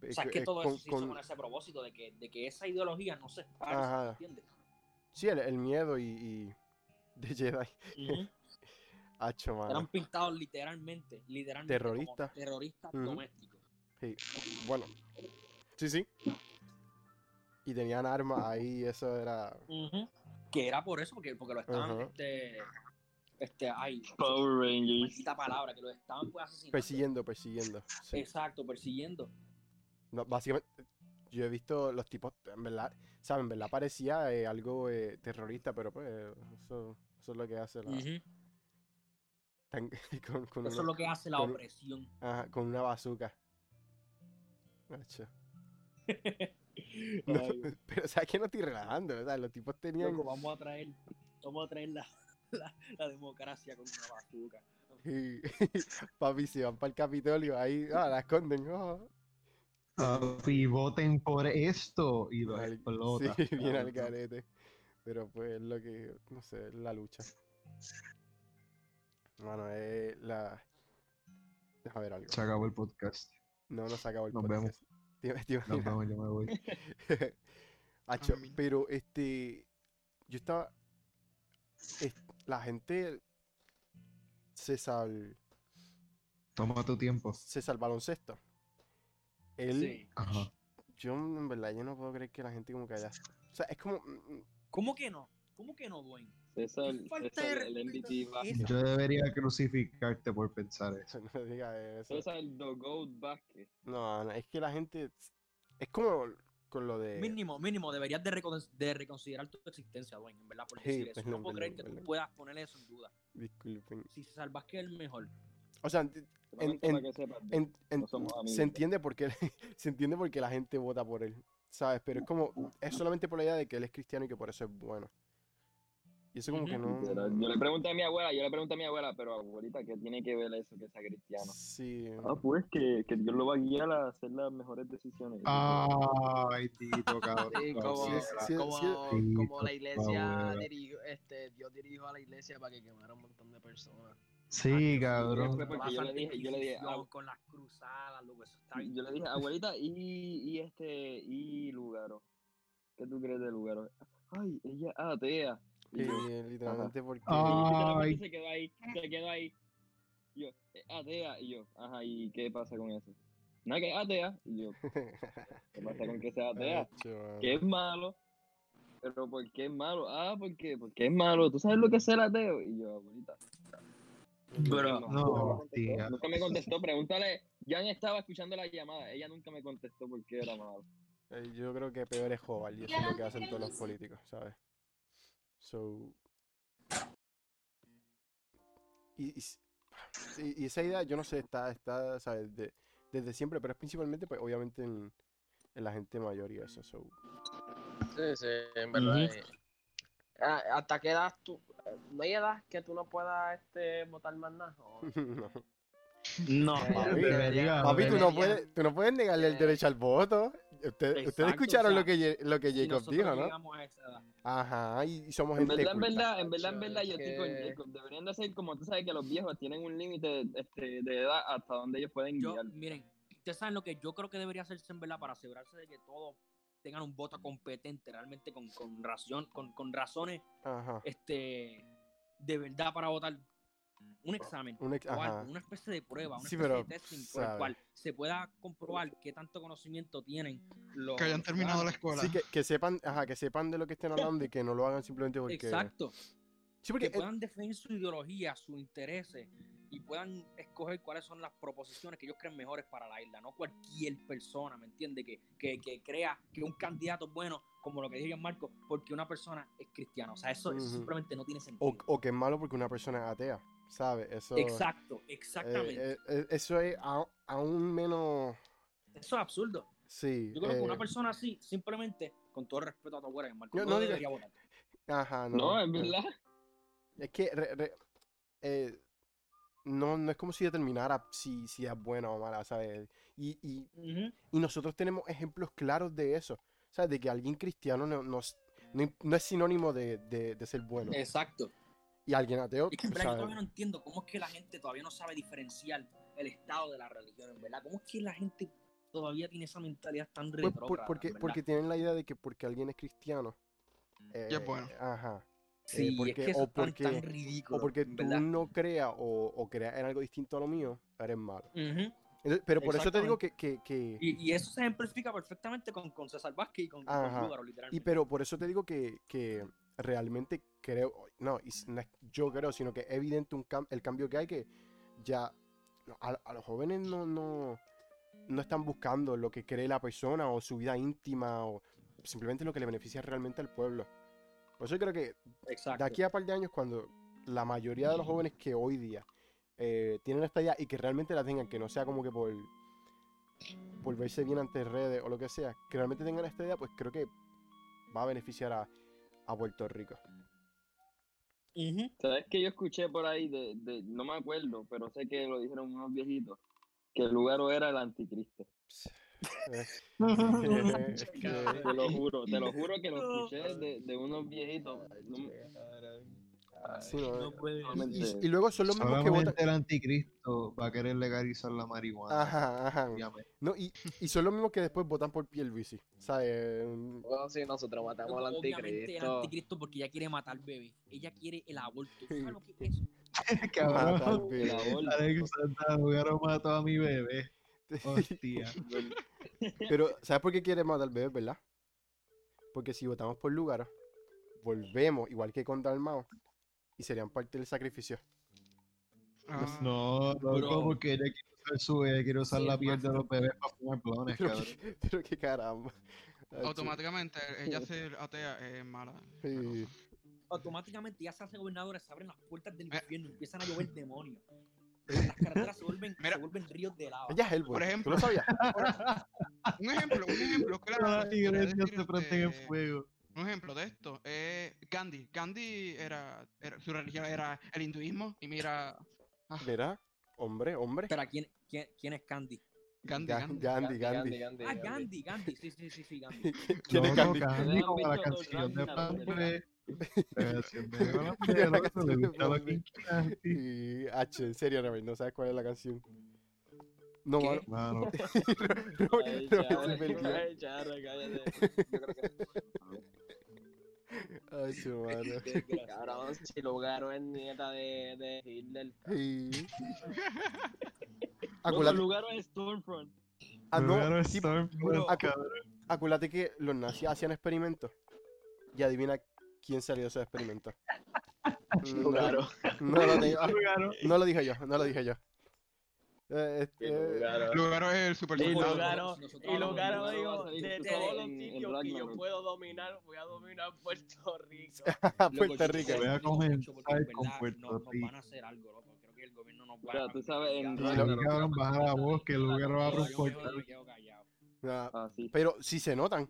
O
Es
sea, es que
es
todo
con-
eso se hizo
con-
con ese propósito de que, de que esa ideología no se
Ajá.
esparce, ¿entiendes?
Sí, el, el miedo y, y- de Jedi.
Ujú.
Hacho, mano.
Eran pintados literalmente, literalmente
Terroristas.
como terroristas
Ujú.
domésticos.
Sí, Bueno. Sí, sí. Y tenían armas ahí, eso era.
Que era por eso, porque, porque lo estaban,
Ajá.
este, este, ay,
Power Rangers.
maldita palabra, que lo estaban pues asesinando.
Persiguiendo, persiguiendo. sí.
Exacto, persiguiendo.
No, básicamente, yo he visto los tipos, en verdad, ¿saben? En verdad parecía eh, algo eh, terrorista, pero pues, eso, eso es lo que hace la.
Ujú.
Tan- con, con
Eso es
una,
lo que hace la
con-
opresión.
ajá, con una bazooka. Macho. No,
Ay,
pero sabes que no estoy relajando, ¿verdad? Los tipos tenían.
loco, vamos a traer, vamos a traer la, la- la democracia con una bazooka.
y- Papi, si van para el Capitolio, ahí ah, la esconden. oh.
Papi, Ah, voten por esto y los
Al-
explota.
Sí, bien al garete. Pero pues es lo que, no sé, es la lucha. Bueno, es la... Déjame ver algo.
Se acabó el podcast.
No, no se acabó el
Nos vemos.
podcast. Te iba- te iba a
Nos
mirar.
vemos, yo me voy.
Acho,
mí.
pero este, yo estaba, es- la gente se sal,
Toma tu tiempo.
se sal baloncesto. Él,
Sí.
Ajá.
yo en verdad, yo no puedo creer que la gente como que haya, o sea, es como, mm, mm,
¿Cómo que no? ¿Cómo que no, Dwayne?
César,
Qué falta
César,
de
el
respeto
MVP va.
es
Yo debería crucificarte por pensar eso.
no diga eso.
César, the GOAT Vázquez.
No, no, es que la gente, es como con lo de,
Mínimo, mínimo, deberías de, recon- de reconsiderar tu existencia, Dwayne, en verdad, por
Sí, pues
decir eso.
perdón,
no puedo creer
perdón,
que
perdón.
tú puedas poner eso en duda.
disculpen,
Si César Vázquez es el mejor.
o sea, ent-
Solamente
en-
para que sepas,
en- en-
No somos amigos.
se entiende por qué, se entiende por qué la gente vota por él, ¿sabes? Pero es como, es solamente por la idea de que él es cristiano y que por eso es bueno. Y eso como que
literal. Yo
no...
le pregunté a mi abuela, yo le pregunté a mi abuela, pero abuelita, ¿qué tiene que ver eso que sea cristiano?
Sí,
Ah, pues que, que Dios lo va a guiar a hacer las mejores decisiones.
Ah, Ay, Tito, cabrón.
Sí, como,
sí, sí,
como,
sí,
como
por
la iglesia
favor.
dirigió, este, Dios dirigió a la iglesia para que quemara un montón de personas.
Sí,
Fue
cabrón.
porque
La
yo le dije- yo le dije,
santificación
ah.
con las cruzadas, loco, eso está bien.
Yo le dije, abuelita, y, y este, y Lugaro. ¿Qué tú crees de Lugaro? Ay, ella es atea.
que
Y yo,
literalmente porque...
Ah.
y
Ay.
literalmente se quedó ahí, se quedó ahí. Y yo, "Es atea, y yo, ajá, ¿y qué pasa con eso? Nada, que es atea. Y yo, ¿qué pasa con que sea atea?
Acho, mano.
Que es malo. Pero ¿por qué es malo? Ah, ¿por qué? Porque es malo. ¿Tú sabes lo que es ser ateo? Y yo, abuelita.
Bro.
no,
No, tía.
Nunca me contestó, pregúntale. Jan estaba escuchando la llamada, ella nunca me contestó por qué era malo.
Eh, Yo creo que peor es Joval y eso es lo que hacen todos los políticos, ¿sabes? So... Y, y s- y- y esa idea, yo no sé, está, está ¿sabes? De- desde siempre, pero es principalmente, pues, obviamente, en, en la gente mayor y eso. So...
Sí, sí, en verdad. eh, ah, ¿Hasta qué edad tú? eh, ¿No hay edad que tú no puedas este, votar más nada? ¿O-
no.
No,
Eh,
papi,
debería-
Papi, tú no,
debería-
puedes, tú no puedes negarle el
Eh,
derecho al voto. Usted-
exacto,
ustedes
o
escucharon
sea,
lo, que, Ye- lo que
si
Jacob
nosotros
dijo, ¿no?
llegamos a esa edad.
Ajá, y, y somos
En
gente
verdad, en
culta.
verdad, en verdad, en
Chacho,
verdad,
es
yo estoy con
que-
Jacob. Deberían de ser como tú sabes que los viejos tienen un límite este, de edad hasta donde ellos pueden
Yo,
guiar.
miren, ustedes saben lo que yo creo que debería hacerse en verdad para asegurarse de que todos tengan un voto competente realmente con, con, razón, con, con razones
Ajá.
este, de verdad para votar. Un examen.
Un ex-
o algo,
ajá.
una especie de prueba, una
Sí,
especie
pero,
de testing por el
sabe.
cual se pueda comprobar qué tanto conocimiento tienen los.
Que hayan
los
terminado la escuela.
ciudadanos.
Sí, que, que sepan, ajá, que sepan de lo que estén hablando y que no lo hagan simplemente porque.
Exacto.
Sí, porque
que puedan defender su ideología, sus intereses y puedan escoger cuáles son las proposiciones que ellos creen mejores para la isla, no cualquier persona, ¿me entiende? Que, que, que crea que un candidato es bueno, como lo que dijo Marco, porque una persona es cristiana. O sea, eso, eso
Ujú.
simplemente no tiene sentido.
o, o que es malo porque una persona es atea, ¿sabes? Eso.
Exacto,
eh,
exactamente.
eh, eh, eso es a- aún menos.
eso es absurdo.
Sí.
Yo creo que una
eh,
persona así, simplemente, con todo el respeto a tu abuela, que Marco,
Yo
no,
no digo-
debería votar.
Ajá, no.
No, en
no.
verdad.
Es que. re- re- eh, no, no es como si determinara si, si es buena o mala, ¿sabes? Y, y
Ujú.
Y nosotros tenemos ejemplos claros de eso. O sea, de que alguien cristiano no, no, es- no im- no es sinónimo de, de- de ser bueno.
Exacto.
Y alguien ateo,
Es que en
o
verdad, yo
sea,
todavía no entiendo cómo es que la gente todavía no sabe diferenciar el estado de la religión, en verdad. ¿Cómo es que la gente todavía tiene esa mentalidad tan
pues, por-
retrógrada?
porque,
en verdad? Mm.
porque tienen la idea de que porque alguien es cristiano.
Ya es
eh,
bueno.
Ajá.
sí, es
porque-
que eso
o
es tan-
porque-
tan ridículo,
O porque
en
tú
verdad.
no creas o, o creas en algo distinto a lo mío, eres malo.
Ujú.
Entonces, pero por eso te digo que... que- que- y,
y, y eso se ejemplifica perfectamente con, con César Vázquez y con, con
Ajá.
Lúgaro, literalmente.
pero por eso te digo que, que realmente creo... No, y s- no es yo creo, sino que es evidente un cam- el cambio que hay que ya no, a, a los jóvenes no, no, no están buscando lo que cree la persona o su vida íntima o simplemente lo que le beneficia realmente al pueblo. Por eso yo creo que
Exacto.
de aquí a par de años, cuando la mayoría de los jóvenes que hoy día eh, tienen la estadía y que realmente la tengan, que no sea como que por, por verse bien ante redes o lo que sea, que realmente tengan la estadía, pues creo que va a beneficiar a, a Puerto Rico.
Ujú.
¿Sabes que yo escuché por ahí de, de- no me acuerdo, pero sé que lo dijeron unos viejitos, que el lugar era el anticristo.
Eh, es que-
Te lo juro, te lo juro que lo
No.
escuché de, de unos viejitos. No me-
sí, no, eh.
No puede ser.
y, y luego son los mismos que
Solamente
votan.
el anticristo va a querer legalizar la marihuana.
Ajá, ajá.
obviamente.
No, y, y son los mismos que después votan por Pierluisi. ¿Sabes?
Bueno, sí, nosotros matamos al
Obviamente es
anticristo.
anticristo porque ella quiere matar bebé. Ella quiere el aborto. ¿Sabes lo que es eso?
Matar
Cabrón.
bebé.
aborto.
Alex Santander mató a mi bebé. Oh. Hostia.
Pero, ¿sabes por qué quiere matar bebés, verdad? Porque si votamos por lugar, volvemos, igual que contra el Mao, y serían parte del sacrificio.
Ah,
No,
Bro.
loco, porque ella quiere usar su bebé, quiere usar
Sí,
la
es
piel de
más-
los bebés para fumar blones,
Pero
cabrón.
que, pero que caramba. Ah, sí.
Automáticamente ella ser atea es mala.
Sí.
cosa.
Automáticamente ya se hace gobernadora, se abren las puertas del
Mira.
infierno, empiezan a llover demonios. Las carreteras se vuelven,
Mira.
se vuelven ríos de lava.
Ella es Hellboy.
Por
¿Tú
ejemplo.
lo sabías?
Un ejemplo, un ejemplo claro.
Todas las
podría
iglesias
decir,
se prenden en
este,
fuego.
Un ejemplo de esto es Gandhi. Gandhi era, era- su religión era el hinduismo y mira
Verá, hombre, hombre.
Espera, ¿quién, quién, quién es Candy?
Gandhi,
Ga-
Gandhi.
Gandhi, Gandhi.
Ah, Gandhi, Gandhi. Sí, sí, sí, sí, Gandhi.
¿Quién es
Loco,
Gandhi?
Gandhi
¿Ustedes han
como la
visto
canción de eh,
Dragnaro,
Plan
verdad?
B. La canción
La canción
de Plan B, loco, le
de
gusta lo
Plan B.
que quiera.
Y H, en serio, Robert, no sabes cuál es la canción. No,
¿Qué?
mano.
Mano,
Ay,
Robert, Robert
Chara,
se perdió.
ay, Chara, cállate. Yo creo que-
Ay, su madre.
Cabrón, si Lugaro es nieta de, de Hitler.
Y...
Otro
Acuérdate,
Ah, lugar es Stormfront.
ah, no,
primero
sí,
Stormfront,
acu-
cabrón.
acuérdate que los nazis hacían experimentos. Y adivina quién salió de esos experimentos. No,
Lugaro.
no lo digo- ah,
Lugaro.
no lo dije yo, no lo dije yo. Eh, este,
Lugaro es el super
Y
soldado.
Lugaro-
Y Lugaro
Lugaro
digo,
va a salir
de
en-
todos los
en
sitios que yo
Ragnarok.
puedo dominar, voy a dominar Puerto Rico.
Puerto Rico.
eh.
Voy a comenzar
comenzar
con Puerto
Nos
Rico.
van a hacer algo, loco. Creo que el gobierno nos va
Mira, tú sabes, en
Y
lo-
Ragnarok-
cabrón, baja la voz, que el lugar va a
Yo- yo- yo- yo
reportar.
me quedo callado.
Ah,
Ah, sí.
Pero si se notan,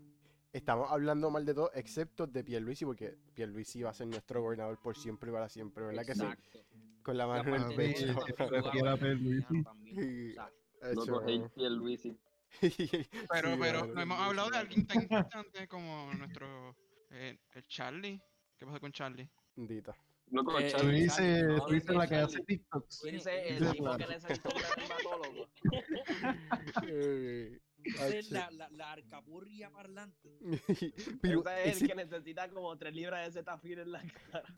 estamos hablando mal de todo, excepto de Pierluisi, porque Pierluisi va a ser nuestro gobernador por siempre y para siempre, ¿verdad que sí?
Exacto.
Con la mano en el
Aparte de
pecho.
eso, prefiero a Pierluisi.
también. O sea,
Ay,
Loco,
chaval.
hate y el Luisi.
Pero,
Sí,
pero
mano.
no hemos hablado de alguien tan importante como nuestro eh, el Charlie. ¿Qué pasa con Charlie?
Bendita.
Loco,
Eh,
Tú
Charlie.
dices,
Charlie,
tú dices la que
Charlie.
hace TikToks.
Tú dices
Sí,
el tipo que
claro.
le salió el mató, loco.
Eh,
esa
ay,
es la, la, la arcapurria parlante.
che. Pero
Ese es
ese-
el que necesita como 3 libras de Zetafil en la cara.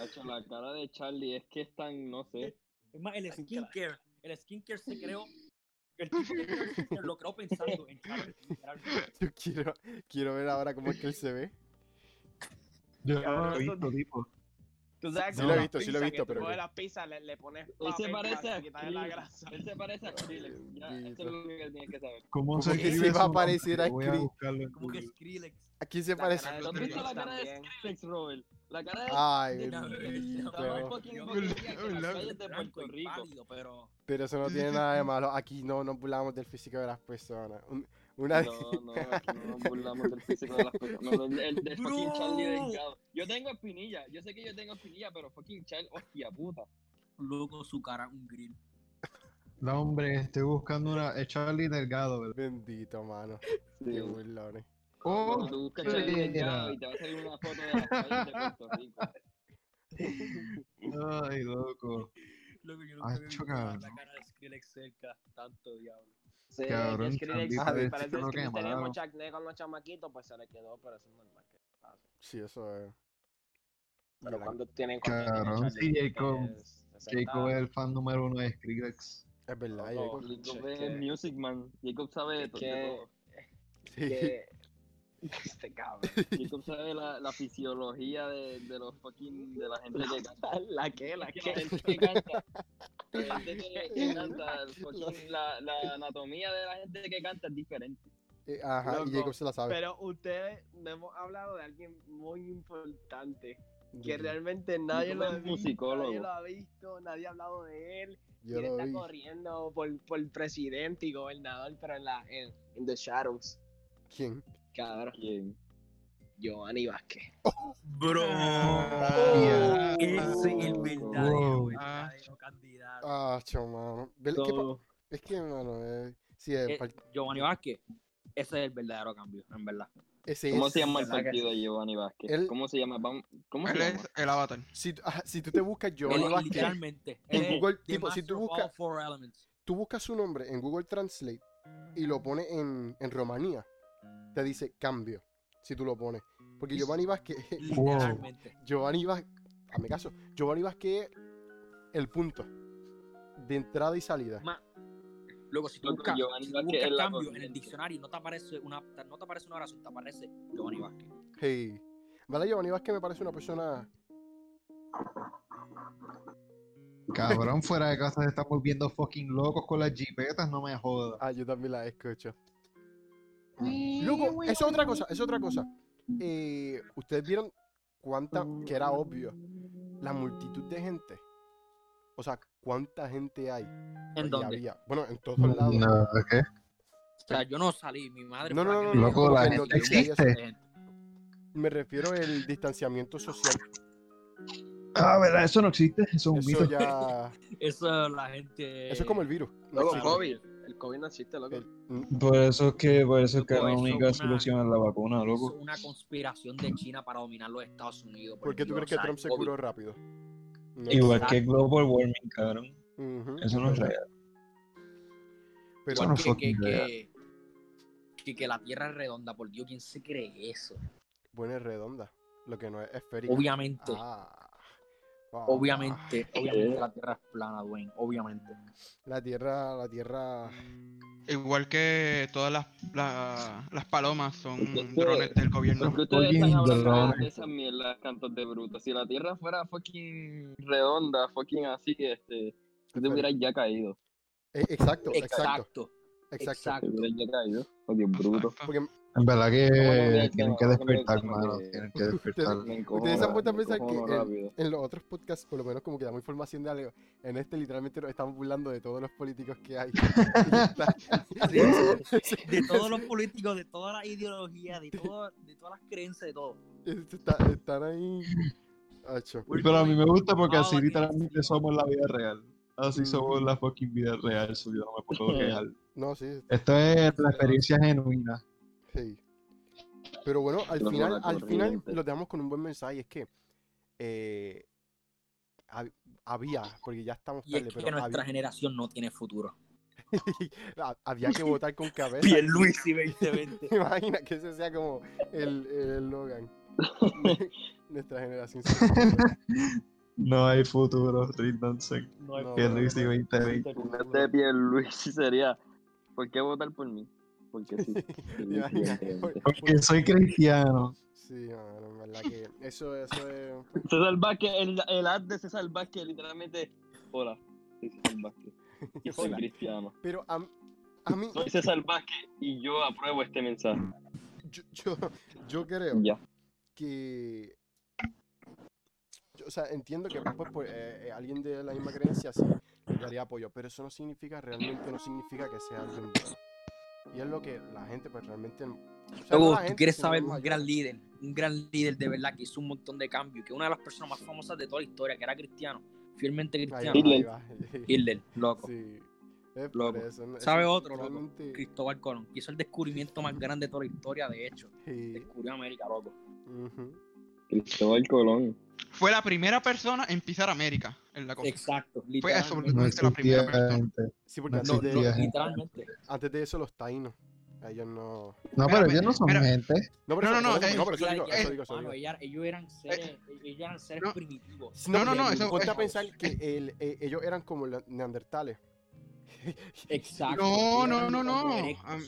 Hacho, la cara de Charlie es que es tan, no
Este
sé.
Es más, el skincare. El skincare se creó. El tipo que creó el skincare lo creó pensando en Charlie. literalmente.
Yo quiero, quiero ver ahora cómo es que él se ve.
Yo no lo
Cabrón,
he
eso-
visto, tipo.
Tú sabes
Sí
como
lo he
las
visto, sí lo he
pizzas
visto,
que tú
pero
coges
que-
las pizzas, le, le pones
Ese
papel
parece
para
a
quitarle la grasa.
Él se parece a Skrillex. Ya, eso es lo único que tienes que saber.
¿Cómo se
que se
escribe
va a
su nombre?
parecer a
Voy a
Scree-
buscarlo en
Como que
Google.
Skrillex.
¿A quién se
La cara
parece?
de
¿No has visto la
Skrillex
cara de
también.
Skrillex, Robert? La cara de
Ay,
De la-
bendito.
Está más fucking
Yo-
baquetilla
yo-
que las
yo-
calles de
Blanco
Puerto
y
Rico.
pálido, pero
Pero eso no tiene nada de malo. Aquí no nos burlamos del físico de las personas. Un- Una de-
No, no, aquí no nos burlamos del físico de las personas. No, del, del- del fucking Charlie
Bro.
Delgado. Yo tengo espinilla, yo sé que yo tengo espinilla, pero fucking Charlie, hostia puta.
Oh,
loco su cara un grill.
No, hombre, estoy buscando una. Es Charlie Delgado, ¿verdad?
Bendito, mano. Qué burlones.
Oh,
Tú buscas Charlie
mira.
Delgado y te va a salir una foto de las calles de Puerto Rico.
ay, loco.
Loco, yo nunca
Ah,
había visto
choca.
la cara de Skrillex cerca. Tanto diablo.
Sí,
Cabrón,
Eh, que Skrillex,
Charlie,
ah,
parece
parece
que lo
Skrillex tenía
quemaron.
mucha acné con los chamaquitos, pues se le quedó, pero eso es normal que pase.
Sí, eso es.
Pero
Mira,
cuando tienen cuando tienen
Cabrón, sí,
Charlie,
Jacob.
que es- se
Jacob es
está-
el fan número uno de Skrillex.
Es verdad,
Loco,
Jacob.
Jacob
Che,
es
que-
Music Man. Jacob sabe de, to- de
que-
todo.
Sí.
que- Este cabrón.
Jacob sabe la, la fisiología de, de los fucking. de la gente que canta.
La que, la
Es que la
que.
gente que canta. La gente que, que canta. el fucking- la, la anatomía de la gente que canta es diferente.
Eh, Ajá, y
Loco,
Jacob se la sabe.
Pero ustedes no hemos hablado de alguien muy importante. que realmente nadie lo, ha
Un
visto,
musicólogo.
nadie lo ha visto, nadie ha hablado de él.
Yo
y él
lo
está
vi.
corriendo por, por presidente y gobernador, pero en la en, en The Shadows.
¿Quién?
Cabrón,
¿Quién?
Giovanni Vázquez.
Bro.
Ah,
Ese es el
bro.
verdadero,
Ah.
verdadero candidato.
Ah, chao, mano. Ve- ¿qué pa-
So,
es que, mano, eh, sí, el
Eh,
par-
Giovanni Vázquez. Ese es el verdadero cambio, en verdad.
ese
¿Cómo
es-
se llama el
¿verdad que
partido de Giovanni Vázquez?
Él-
¿Cómo se llama? Vamos- ¿Cómo se
Él
llama?
es el avatar.
Si, tú- ajá, si tú te buscas
Él
Giovanni
es
Vázquez,
literalmente.
En
él es
Google,
the
tipo, si tú
master of
buscas-
all four elements.
tú buscas su nombre en Google Translate y lo pones en, en Romanía, te dice cambio, si tú lo pones. Porque Giovanni Vázquez,
Literalmente.
Giovanni Vázquez, hazme caso, Giovanni Vázquez es el punto de entrada y salida.
Ma- Luego, si tú
Loco,
buscas,
Giovanni
si tú
Vázquez
buscas
es la
cambio en el
corriente.
diccionario, no te aparece una, no te aparece una oración, te aparece Giovanni Vázquez.
Hey. ¿Vale? Giovanni Vázquez me parece una persona...
Cabrón, fuera de casa se están volviendo fucking locos con las jipetas, no me jodas.
Ah, yo también la escucho. Luego, eso es otra cosa, eso es otra cosa. Eh, Ustedes vieron cuánta, que era obvio, la multitud de gente. O sea, cuánta gente hay.
¿En
Y
dónde?
había- Bueno, en todos lados. No,
¿qué?
O sea, yo no salí, mi madre.
no,
fue
no,
la que
no,
me
no,
Loco,
como
la
que
gente
no tenía
existe.
eso.
dio gente.
Me refiero al distanciamiento social.
Ah, ¿verdad? Eso no existe, eso es un
Eso
mito.
ya.
Eso la gente.
Eso es como el virus. No
Luego,
existe. Mm,
COVID. El COVID no existe, loco.
El-
Por eso es que, por eso es que
Loco,
la
eso
única
es una-
solución es la vacuna,
Es
loco.
una conspiración de China para dominar los Estados Unidos.
¿Por qué tú
Dios,
crees que
o sea,
Trump se
COVID.
curó rápido? No.
Igual
Exacto.
que global warming, cabrón.
Ujú.
Eso no es real.
Pero
Bueno,
Que, que,
fucking real.
que, que- que la Tierra es redonda, por Dios, ¿quién se cree eso?
buena es redonda. Lo que no es esférica.
Obviamente,
Ah. Wow.
obviamente, obviamente la Tierra es plana, Dwayne, obviamente.
La tierra, la tierra.
Igual que todas las, la- las palomas son
Entonces,
drones del
¿Por
gobierno.
qué ustedes
Fucking
están hablando
drones.
de esas mierdas cantos de bruto? Si la tierra fuera fucking redonda, fucking así, este,
Mm,
tú te hubieras ya caído.
Eh, exacto, exacto,
Exacto,
exacto.
Te
exacto.
hubieras ya caído. Fucking bruto.
Exacto.
Porque
En verdad
Bueno,
que tienen que
bueno,
despertar,
bueno,
mano.
que-
Tienen que despertar.
Me encojono,
Ustedes se han puesto a
me
pensar que
encojono
en,
rápido.
en los otros podcasts, por lo menos como que damos información de algo, en este literalmente nos estamos burlando de todos los políticos que hay. Y está-
De todos los políticos, de todas las ideologías, de, todo, de todas las creencias, de todo.
Este está- están ahí. Acho.
Pero a mí me gusta porque
Ah,
así
vale.
literalmente somos la vida real. Así
Mm.
somos la fucking vida real, so yo no me puedo quejar.
No, sí,
Esto es la experiencia genuina.
sí. Pero bueno, al
Los
final, al final
corrientes.
los dejamos con un buen mensaje. Es que eh, hab- había, porque ya estamos
Y es
tarde,
que
pero
nuestra
había,
generación no tiene futuro.
ha- había que votar con cabeza.
Pierluisi 2020.
¿Te imaginas que ese sea como el, el eslogan? de Nuestra generación. sin futuro.
No hay futuro, ríndanse.
No hay
No,
Que
no, no,
Luis y
no.
2020.
Este de piel, Luis, sería. ¿Por qué votar por mí? Porque sí.
¿Te imaginas?
Porque soy cristiano.
Sí, mano, en verdad que eso, eso es.
César Vázquez, el, el ad de César Vázquez, literalmente. Hola, soy César Vázquez. Y soy
Hola.
cristiano.
Pero a, a mí,
Soy César Vázquez y yo apruebo este mensaje.
yo, yo, yo creo
Ya.
que. yo, o sea, entiendo que pues, pues, eh, eh, alguien de la misma creencia sí le daría apoyo, pero eso no significa, realmente no significa que sea alguien bueno. Y es lo que la gente, pues realmente. no- o sea, no
Luego,
la
tú
gente,
quieres
sino
saber
los
un
mayores.
gran líder, un gran líder de verdad que hizo un montón de cambios, que una de las personas más famosas de toda la historia, que era cristiano, fielmente
Ahí
cristiano,
va, ahí
Hitler.
va.
Hitler, loco.
Sí. Es por
Loco.
eso, no-
¿Sabe
eso
otro, loco?
realmente-
Cristóbal Colón, que hizo el descubrimiento más grande de toda la historia, de hecho,
Sí,
descubrió América, loco.
ujú.
Cristóbal Colón.
Fue la primera persona en pisar América en la cosa.
Exacto,
Fue eso,
literalmente.
No
No
es la primera
existía
persona.
gente.
Sí, porque
No,
antes,
No,
de,
no,
existía.
literalmente.
antes de eso los taínos. a Ellos no.
No, pero ellos no son
Espérame,
gente.
No,
No,
eso-
no, no,
eso-
eh,
pero eso
Claro,
digo,
ya,
eso digo, eso
mano,
digo.
ella- ellos eran seres, ellos eran seres
no.
primitivos.
No,
No, no, no,
porque
eso-
Ponte a
eso-
pensar que el- eh, ellos eran como los neandertales.
Exacto.
No,
ellos
no,
eran
no, no.
erectos.
Am-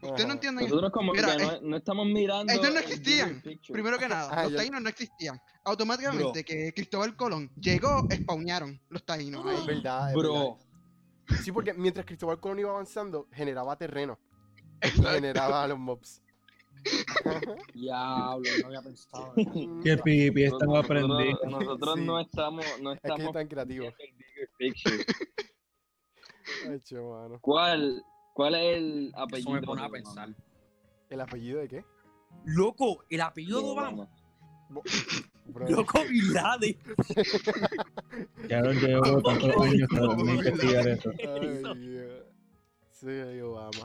Ustedes
Ajá.
no entienden.
Nosotros como
Mira,
que no,
eh,
no estamos mirando.
ellos no
el
existían.
bigger picture.
Primero que nada,
Ah,
los
yo-
taínos no existían. Automáticamente que Cristóbal Colón llegó, spawnearon los taínos.
Es
ahí.
verdad, es
Bro,
verdad. Sí, porque mientras Cristóbal Colón iba avanzando, generaba terreno. y
Exacto.
generaba los mobs.
Diablo, yo no había pensado. en eso.
Mm.
Que pipi, están aprendiendo.
Nosotros, nosotros
Sí.
no estamos, no
Es que es
estamos
tan creativo.
viendo el bigger picture.
Ay, che, mano.
¿Cuál, ¿Cuál es el apellido?
Eso me pone a
de
pensar.
¿El apellido de qué?
Loco, el apellido de
Obama?
Obama.
Bro,
Loco, Bin Laden.
Ya no llevo tantos años tratando de investigar eso.
ay, Dios. Sí, ay, Obama.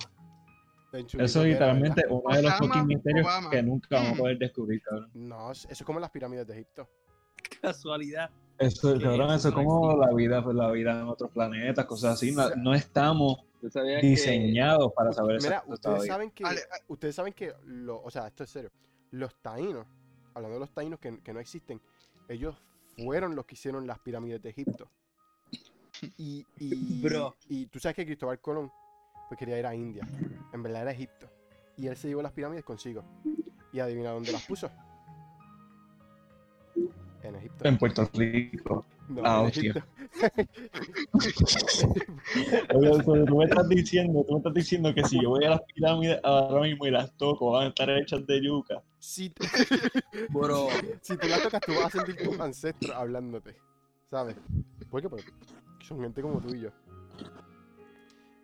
Tan
Eso
chulito
es
que era,
literalmente
¿verdad?
uno de los
Obama,
fucking misterios
Obama.
que nunca vamos a poder descubrir, cabrón.
No, eso es como las pirámides de Egipto.
Casualidad.
Eso,
Sí,
cabrón,
eso
eso es
no
como
existe.
la vida, pues, la vida en otros planetas, cosas así. No, no estamos
¿Tú sabías que-
diseñados para saber eso.
Mira, ustedes
todavía.
saben que.
Ale-
Ustedes saben que. lo- o sea, esto es serio. Los taínos, hablando de los taínos que, que no existen, ellos fueron los que hicieron las pirámides de Egipto. Y, y,
Bro.
y tú sabes que Cristóbal Colón pues quería ir a India. En verdad era Egipto. Y él se llevó las pirámides consigo. Y adivina dónde las puso. En Egipto.
En Puerto Rico.
No, este,
Ah,
en
hostia.
Egipto.
Oye, pero tú me estás diciendo, tú me estás diciendo que si yo voy a las pirámides ahora mismo y las toco, van a estar hechas de yuca.
Si, t-
Bro,
si tú las tocas, tú vas a sentir tus ancestros hablándote. ¿Sabes? ¿Por qué? Porque son gente como tú y yo.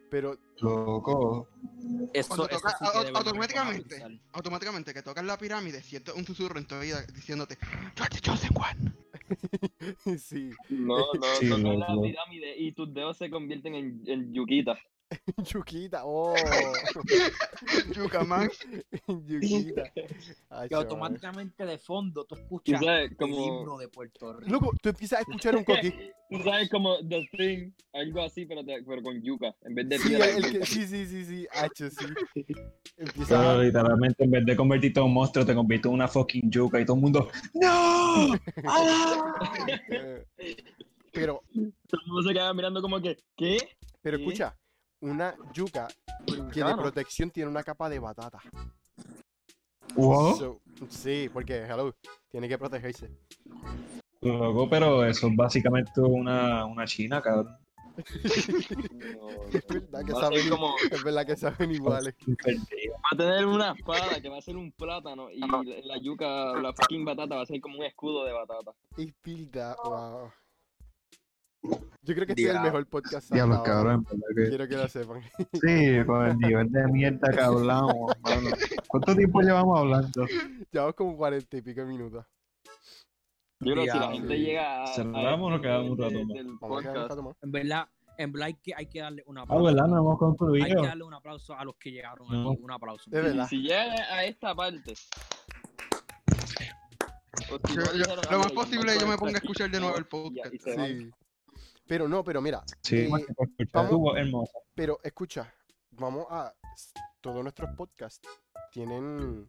Pero
Loco.
Cuando
eso, eso
toca-
sí que
au-
de verdad me pone a
automáticamente.
pensar.
Automáticamente que tocas la pirámide, siento un susurro en tu oído diciéndote, "You are the chosen one".
sí,
No, no,
Sí,
no, no,
no,
la
no.
pirámide y tus dedos se convierten en, en yuquitas.
Yuquita, oh,
Yuca, man.
Yuquita. Ay,
Que
chaval.
automáticamente de fondo tú
Tú
escuchas
sabes,
el
como,
himno de Puerto Rico.
Loco, tú empiezas a escuchar un coquí.
tú sabes como The Thing, algo así, pero, te- pero con yuca, en vez de
Sí,
piedra.
el que-
yuca.
sí, sí, sí, sí, H, sí. Empieza
Pero
a...
literalmente en vez de convertirte en un monstruo, te conviertes en una fucking yuca y todo el mundo. ¡No! ¡Ah!
eh, Pero,
Todo el mundo se queda mirando como que, ¿qué?
pero
Sí.
escucha, una yuca que de
Claro.
protección tiene una capa de batata.
Wow.
So, sí, porque, hello, tiene que protegerse.
Loco, pero eso es básicamente una, una china, cabrón.
Es verdad que
Va a ser
saben,
como-
es verdad que saben iguales.
Va a tener una espada que va a ser un plátano y la, la yuca, la fucking batata va a ser como un escudo de batata.
Es verdad, wow. Yo creo que este es el
Diablo.
mejor podcast. hasta
Diablos,
ahora.
cabrón, en verdad que.
Quiero que lo sepan.
Sí, con el nivel de mierda que hablamos, mano. ¿Cuánto tiempo llevamos hablando?
Llevamos como cuarenta y pico de minutos.
Yo creo que si la
Diablo.
gente llega a...
Cerramos,
a-
nos quedamos un
de-
rato
del
más.
Vamos a quedarnos
podcast.
para tomar.
En verdad, en verdad hay que, hay que darle un
Ah,
aplauso.
¿verdad? No hemos
hay que
concluido.
darle un aplauso a los que llegaron
No.
aquí. Un aplauso.
Es verdad.
Si llegan a esta parte. o si
Yo-
no
yo-
llegaron a
lo más
ella,
posible es que yo me
corta
ponga a
aquí,
escuchar de nuevo el
y-
podcast.
y se van.
Sí. Pero no, pero mira,
Sí,
Eh, vamos-
estuvo hermoso.
pero escucha, vamos a. Todos nuestros podcasts tienen.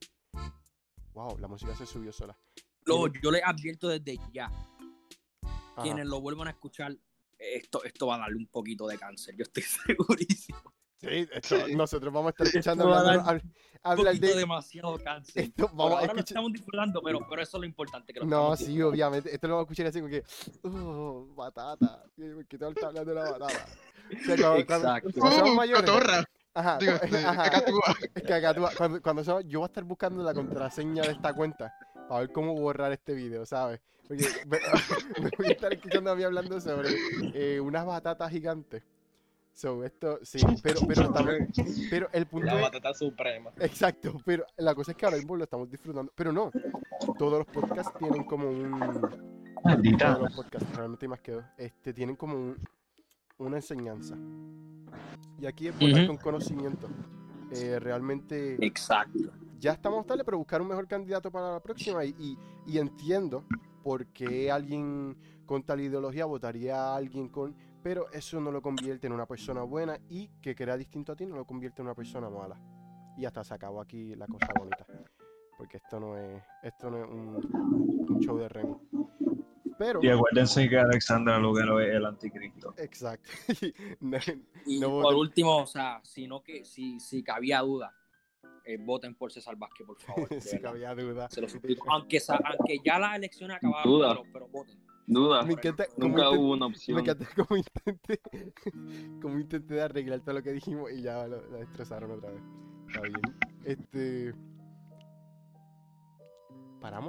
Wow, la música se subió sola.
Lo- yo les advierto desde ya.
Ajá.
Quienes lo vuelvan a escuchar, esto, esto va a darle un poquito de cáncer. Yo estoy segurísimo.
Sí, esto- nosotros vamos a estar escuchando
Esto va a
hablando- hab-
Un
hablar
poquito
de.
demasiado cáncer.
Esto
Por
vamos a
ahora lo
escuchar.
estamos disfrutando, pero, pero eso es lo importante. Que lo
No,
estamos
sí,
disfrutando.
obviamente. Esto lo vamos a escuchar así como que. Uh, batata. ¿Por qué todo el hablando de la batata? O sea, cuando- cuando-
Exacto.
cuando somos
Uh,
mayores-
cotorra.
Ajá,
Digo,
cu-
este,
ajá.
cacatúa.
Cacatúa, cuando, cuando se va- yo voy a estar buscando la contraseña de esta cuenta para ver cómo borrar este video, ¿sabes? Porque me, me voy a estar escuchando a mí hablando sobre eh, unas batatas gigantes. So, esto, sí, pero, pero, también- pero el punto
La
es-
batata suprema.
Exacto, pero la cosa es que ahora mismo lo estamos disfrutando. Pero no, todos los podcasts tienen como un. Todos
Maldita.
los podcasts, realmente hay más que dos. Este, tienen como un- una enseñanza. Y aquí es votar
Ujú.
con conocimiento. Eh, realmente
Exacto.
ya estamos tarde, pero buscar un mejor candidato para la próxima. Y, y- y entiendo por qué alguien con tal ideología votaría a alguien con. Pero eso no lo convierte en una persona buena y que crea distinto a ti no lo convierte en una persona mala. Y hasta se acabó aquí la cosa bonita. Porque esto no es, esto no es un, un show de remo. Pero.
Y acuérdense que Alexandra Lugaro es el anticristo.
Exacto. No-
Y
No
por
voten.
último, o sea, si, no que, si, si cabía duda, eh, voten por César Vázquez, por favor. de
si
verdad.
cabía duda.
Se lo suplico. Aunque, sa- aunque ya las elecciones acabaron,
duda.
pero, pero voten.
Duda,
Me encanta cómo
Ah, nunca
intent-
hubo una
Me
opción.
encanta cómo intenté, cómo intenté de arreglar todo lo que dijimos y ya lo, lo destrozaron otra vez. Está bien. Este.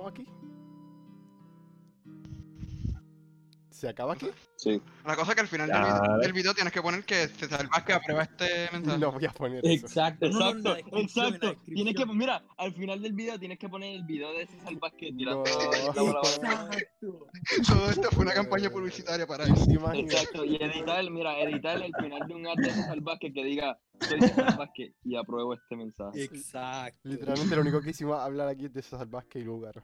aquí? ¿Se acaba aquí?
Sí.
La cosa es que al final del video, del video tienes que poner que se salva que aprueba este mensaje.
No voy a poner eso.
Exacto, no, no, en la
Exacto,
descripción, en la
exacto. Tienes que,
descripción.
mira, al final del video tienes que poner el video de César Vázquez tirando
No.
la bola.
Exacto.
Todo esto fue una campaña publicitaria para él.
¿Te imaginas?
Exacto, y editar, mira, editar el final de un arte de César Vázquez que diga, soy César Vázquez y apruebo este mensaje.
Exacto.
Literalmente lo único que hicimos hablar aquí es de César Vázquez y lugar.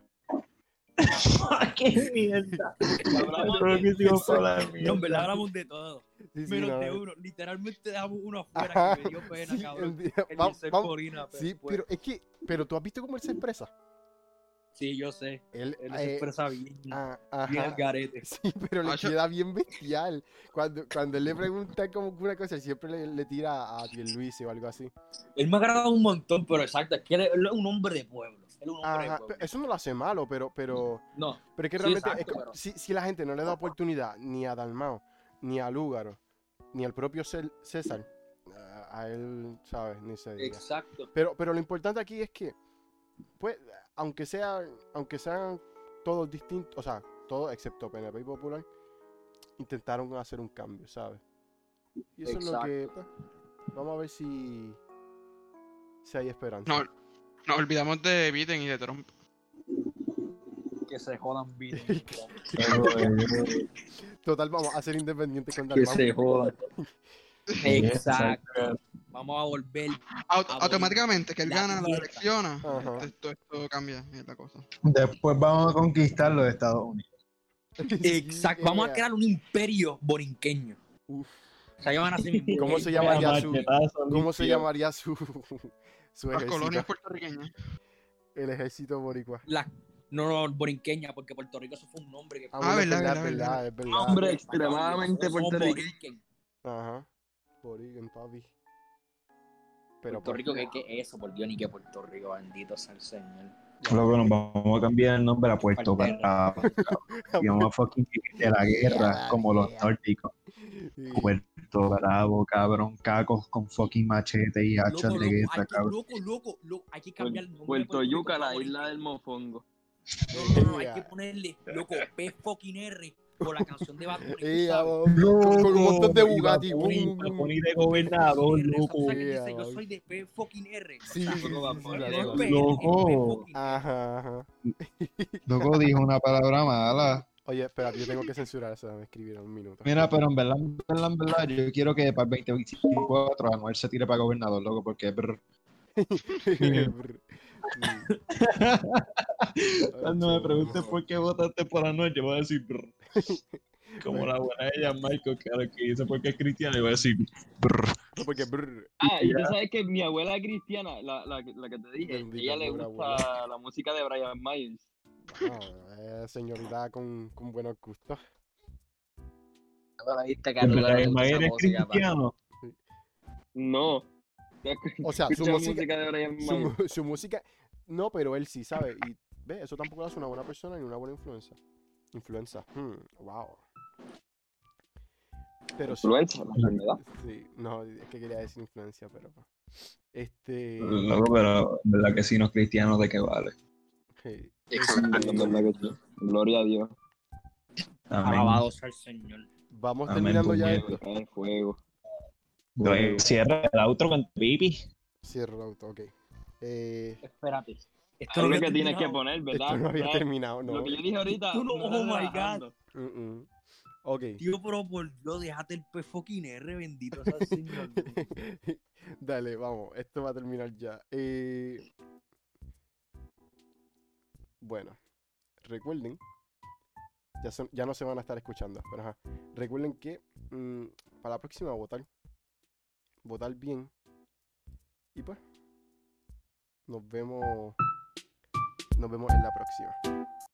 ¡Qué mierda!
Hablamos
Creo que
de-
sí vamos a hablar de
No, en
mierda.
verdad hablamos de todo.
Sí, sí,
Menos
no,
de
no.
uno. Literalmente dejamos uno
Ajá.
afuera que me dio pena,
Sí,
cabrón.
el día-
El
vam-
Yusef
vam-
Corina,
sí,
pues.
pero es que, pero tú has visto cómo él se expresa.
Sí, yo sé.
Él,
Él
eh,
se expresa bien.
ah,
Bien
ajá.
al garete.
Sí, pero le
Ah, yo-
queda bien bestial. Cuando, cuando él le pregunta como que una cosa, él siempre le, le tira a Pierluisi o algo así.
Él me ha agradado un montón, pero exacto. Es que él es él es un hombre de pueblo. Él es un hombre
Ajá,
de
pe- eh,
pueblo.
eso no lo hace malo, pero, pero,
No,
pero es que
Sí,
realmente, es
exacto,
co-
pero-
si, si la gente no le da oportunidad ni a Dalmao, ni a Lúgaro, ni al propio Cel- César, a- a él, ¿sabes? Ni se diga.
exacto.
Pero, pero lo importante aquí es que, pues, aunque sean, aunque sean todos distintos, o sea, todos excepto PNP y Popular, intentaron hacer un cambio, ¿sabes? Y eso es lo que, pues, vamos a ver si, si hay esperanza.
No, nos olvidamos de Biden y de Trump.
Que se jodan bien.
eh,
Total, vamos a ser independientes con
que
Dalmau.
se jodan.
Exacto.
Exacto. Vamos a volver.
Aut-
Ah, bueno.
automáticamente que él
La
gana, la
mierda.
elecciona.
Ajá.
Esto, esto cambia es la cosa.
Después vamos a conquistar los Estados Unidos.
Exacto. Vamos a
Yeah.
crear un imperio borinqueño.
Uf.
Se llaman así mismo.
¿Cómo se
Vaya
llamaría su,
machetazo,
cómo se
limpio.
llamaría su, su
Las colonias
ejército?
puertorriqueñas.
El ejército boricua.
La- No, no, borinqueña, porque Puerto Rico eso fue un nombre que
Ah,
Ah,
bueno, es
verdad,
verdad, es verdad, es
verdad,
Este
verdad.
Hombre extremadamente
Somos
puertorriqueño.
borinquen.
Ajá. Boricua, papi. Pero
Puerto
pues,
Rico, que que eso, por Dios, ni que Puerto Rico, bendito sea el Señor.
Loco, nos vamos a cambiar el nombre a Puerto
Faltera.
para y vamos a fucking vivir de la guerra como los nórdicos.
Sí.
Puerto Bravo, cabrón, cacos con fucking machete y hachas
Loco,
de
loco, hay
guerra,
que,
cabrón.
loco, loco, loco, hay que cambiar el nombre. de
Puerto
Rico
Yuca,
para
la
Borinquen.
isla del mofongo.
No, no, no, hay
Yeah.
que ponerle, loco, P fucking R por la canción de Bad Bunny, tú
Eh,
sabes.
vamos, con, con un montón de
Loco,
Bugatti.
y Bad Bunny,
boom,
Bad
boom.
Bunny de gobernador,
R, o
loco.
sea, que
Yeah,
dice, yo
vamos.
soy de P fucking R.
ah, Sí, sí, sí, sí, sí, la Ah,
No es
tengo.
P, es
Loco.
P fucking R.
Ajá, ajá.
Loco dijo una palabra mala.
Oye, espera, yo tengo que censurar eso, me escribieron un minuto.
Mira, pero en verdad, en verdad, en verdad, yo quiero que para el 2024 Anuel se tire para gobernador, loco, porque brr,
Brr. Sí.
Cuando Ah, me preguntes por qué votaste por Anuel, yo voy a decir brr. Como la buena ella, Michael, claro, que dice porque es cristiana, yo voy a decir brr.
No, Porque brr.
Ah, y tú sabes que mi abuela cristiana, la, la, que- la que te dije,
Bendita
ella le
dura,
gusta la música de Brian Myers.
Ah, eh, señorita con, con buenos gustos.
la viste,
En
Carlos,
verdad,
le gusta esa
Ismael es
música, pa.
cristiano.
No.
O sea, su
Escucha
música,
música de Brian
su,
Myers.
mu- su música. No, pero él sí, sabe. Y ve, eso tampoco lo hace una buena persona ni una buena influencia. Influenza. hmm, wow. Pero sí.
Influenza, la enfermedad.
Sí, no, es que quería decir influencia, pero. pa. Este.
Loco, pero en verdad que si no es cristiano, ¿de qué vale?
eh,
En verdad que sí. Gloria a Dios.
Amén.
Alabado sea el Señor.
Vamos
Amén,
terminando
pues,
ya
mira.
esto.
Está en fuego.
Cierra el outro con pipi.
Cierro el auto, ok. Eh,
Espérate. Esto
Es
no
lo
había
que tienes que
terminado.
poner, ¿verdad?
esto no había
¿Verdad?
terminado, no.
Lo que yo dije ahorita.
Tú no-
me
oh my
estás
God.
relajando.
Mm, mm. Ok.
Tío, pero por Dios, déjate el P fucking R, bendito sea el Señor.
Dale, vamos, esto va a terminar ya. Eh, Bueno, recuerden, ya, son- ya no se van a estar escuchando, pero ajá, recuerden que mm, para la próxima votar, votar bien. Y pues, nos vemos, nos vemos en la próxima.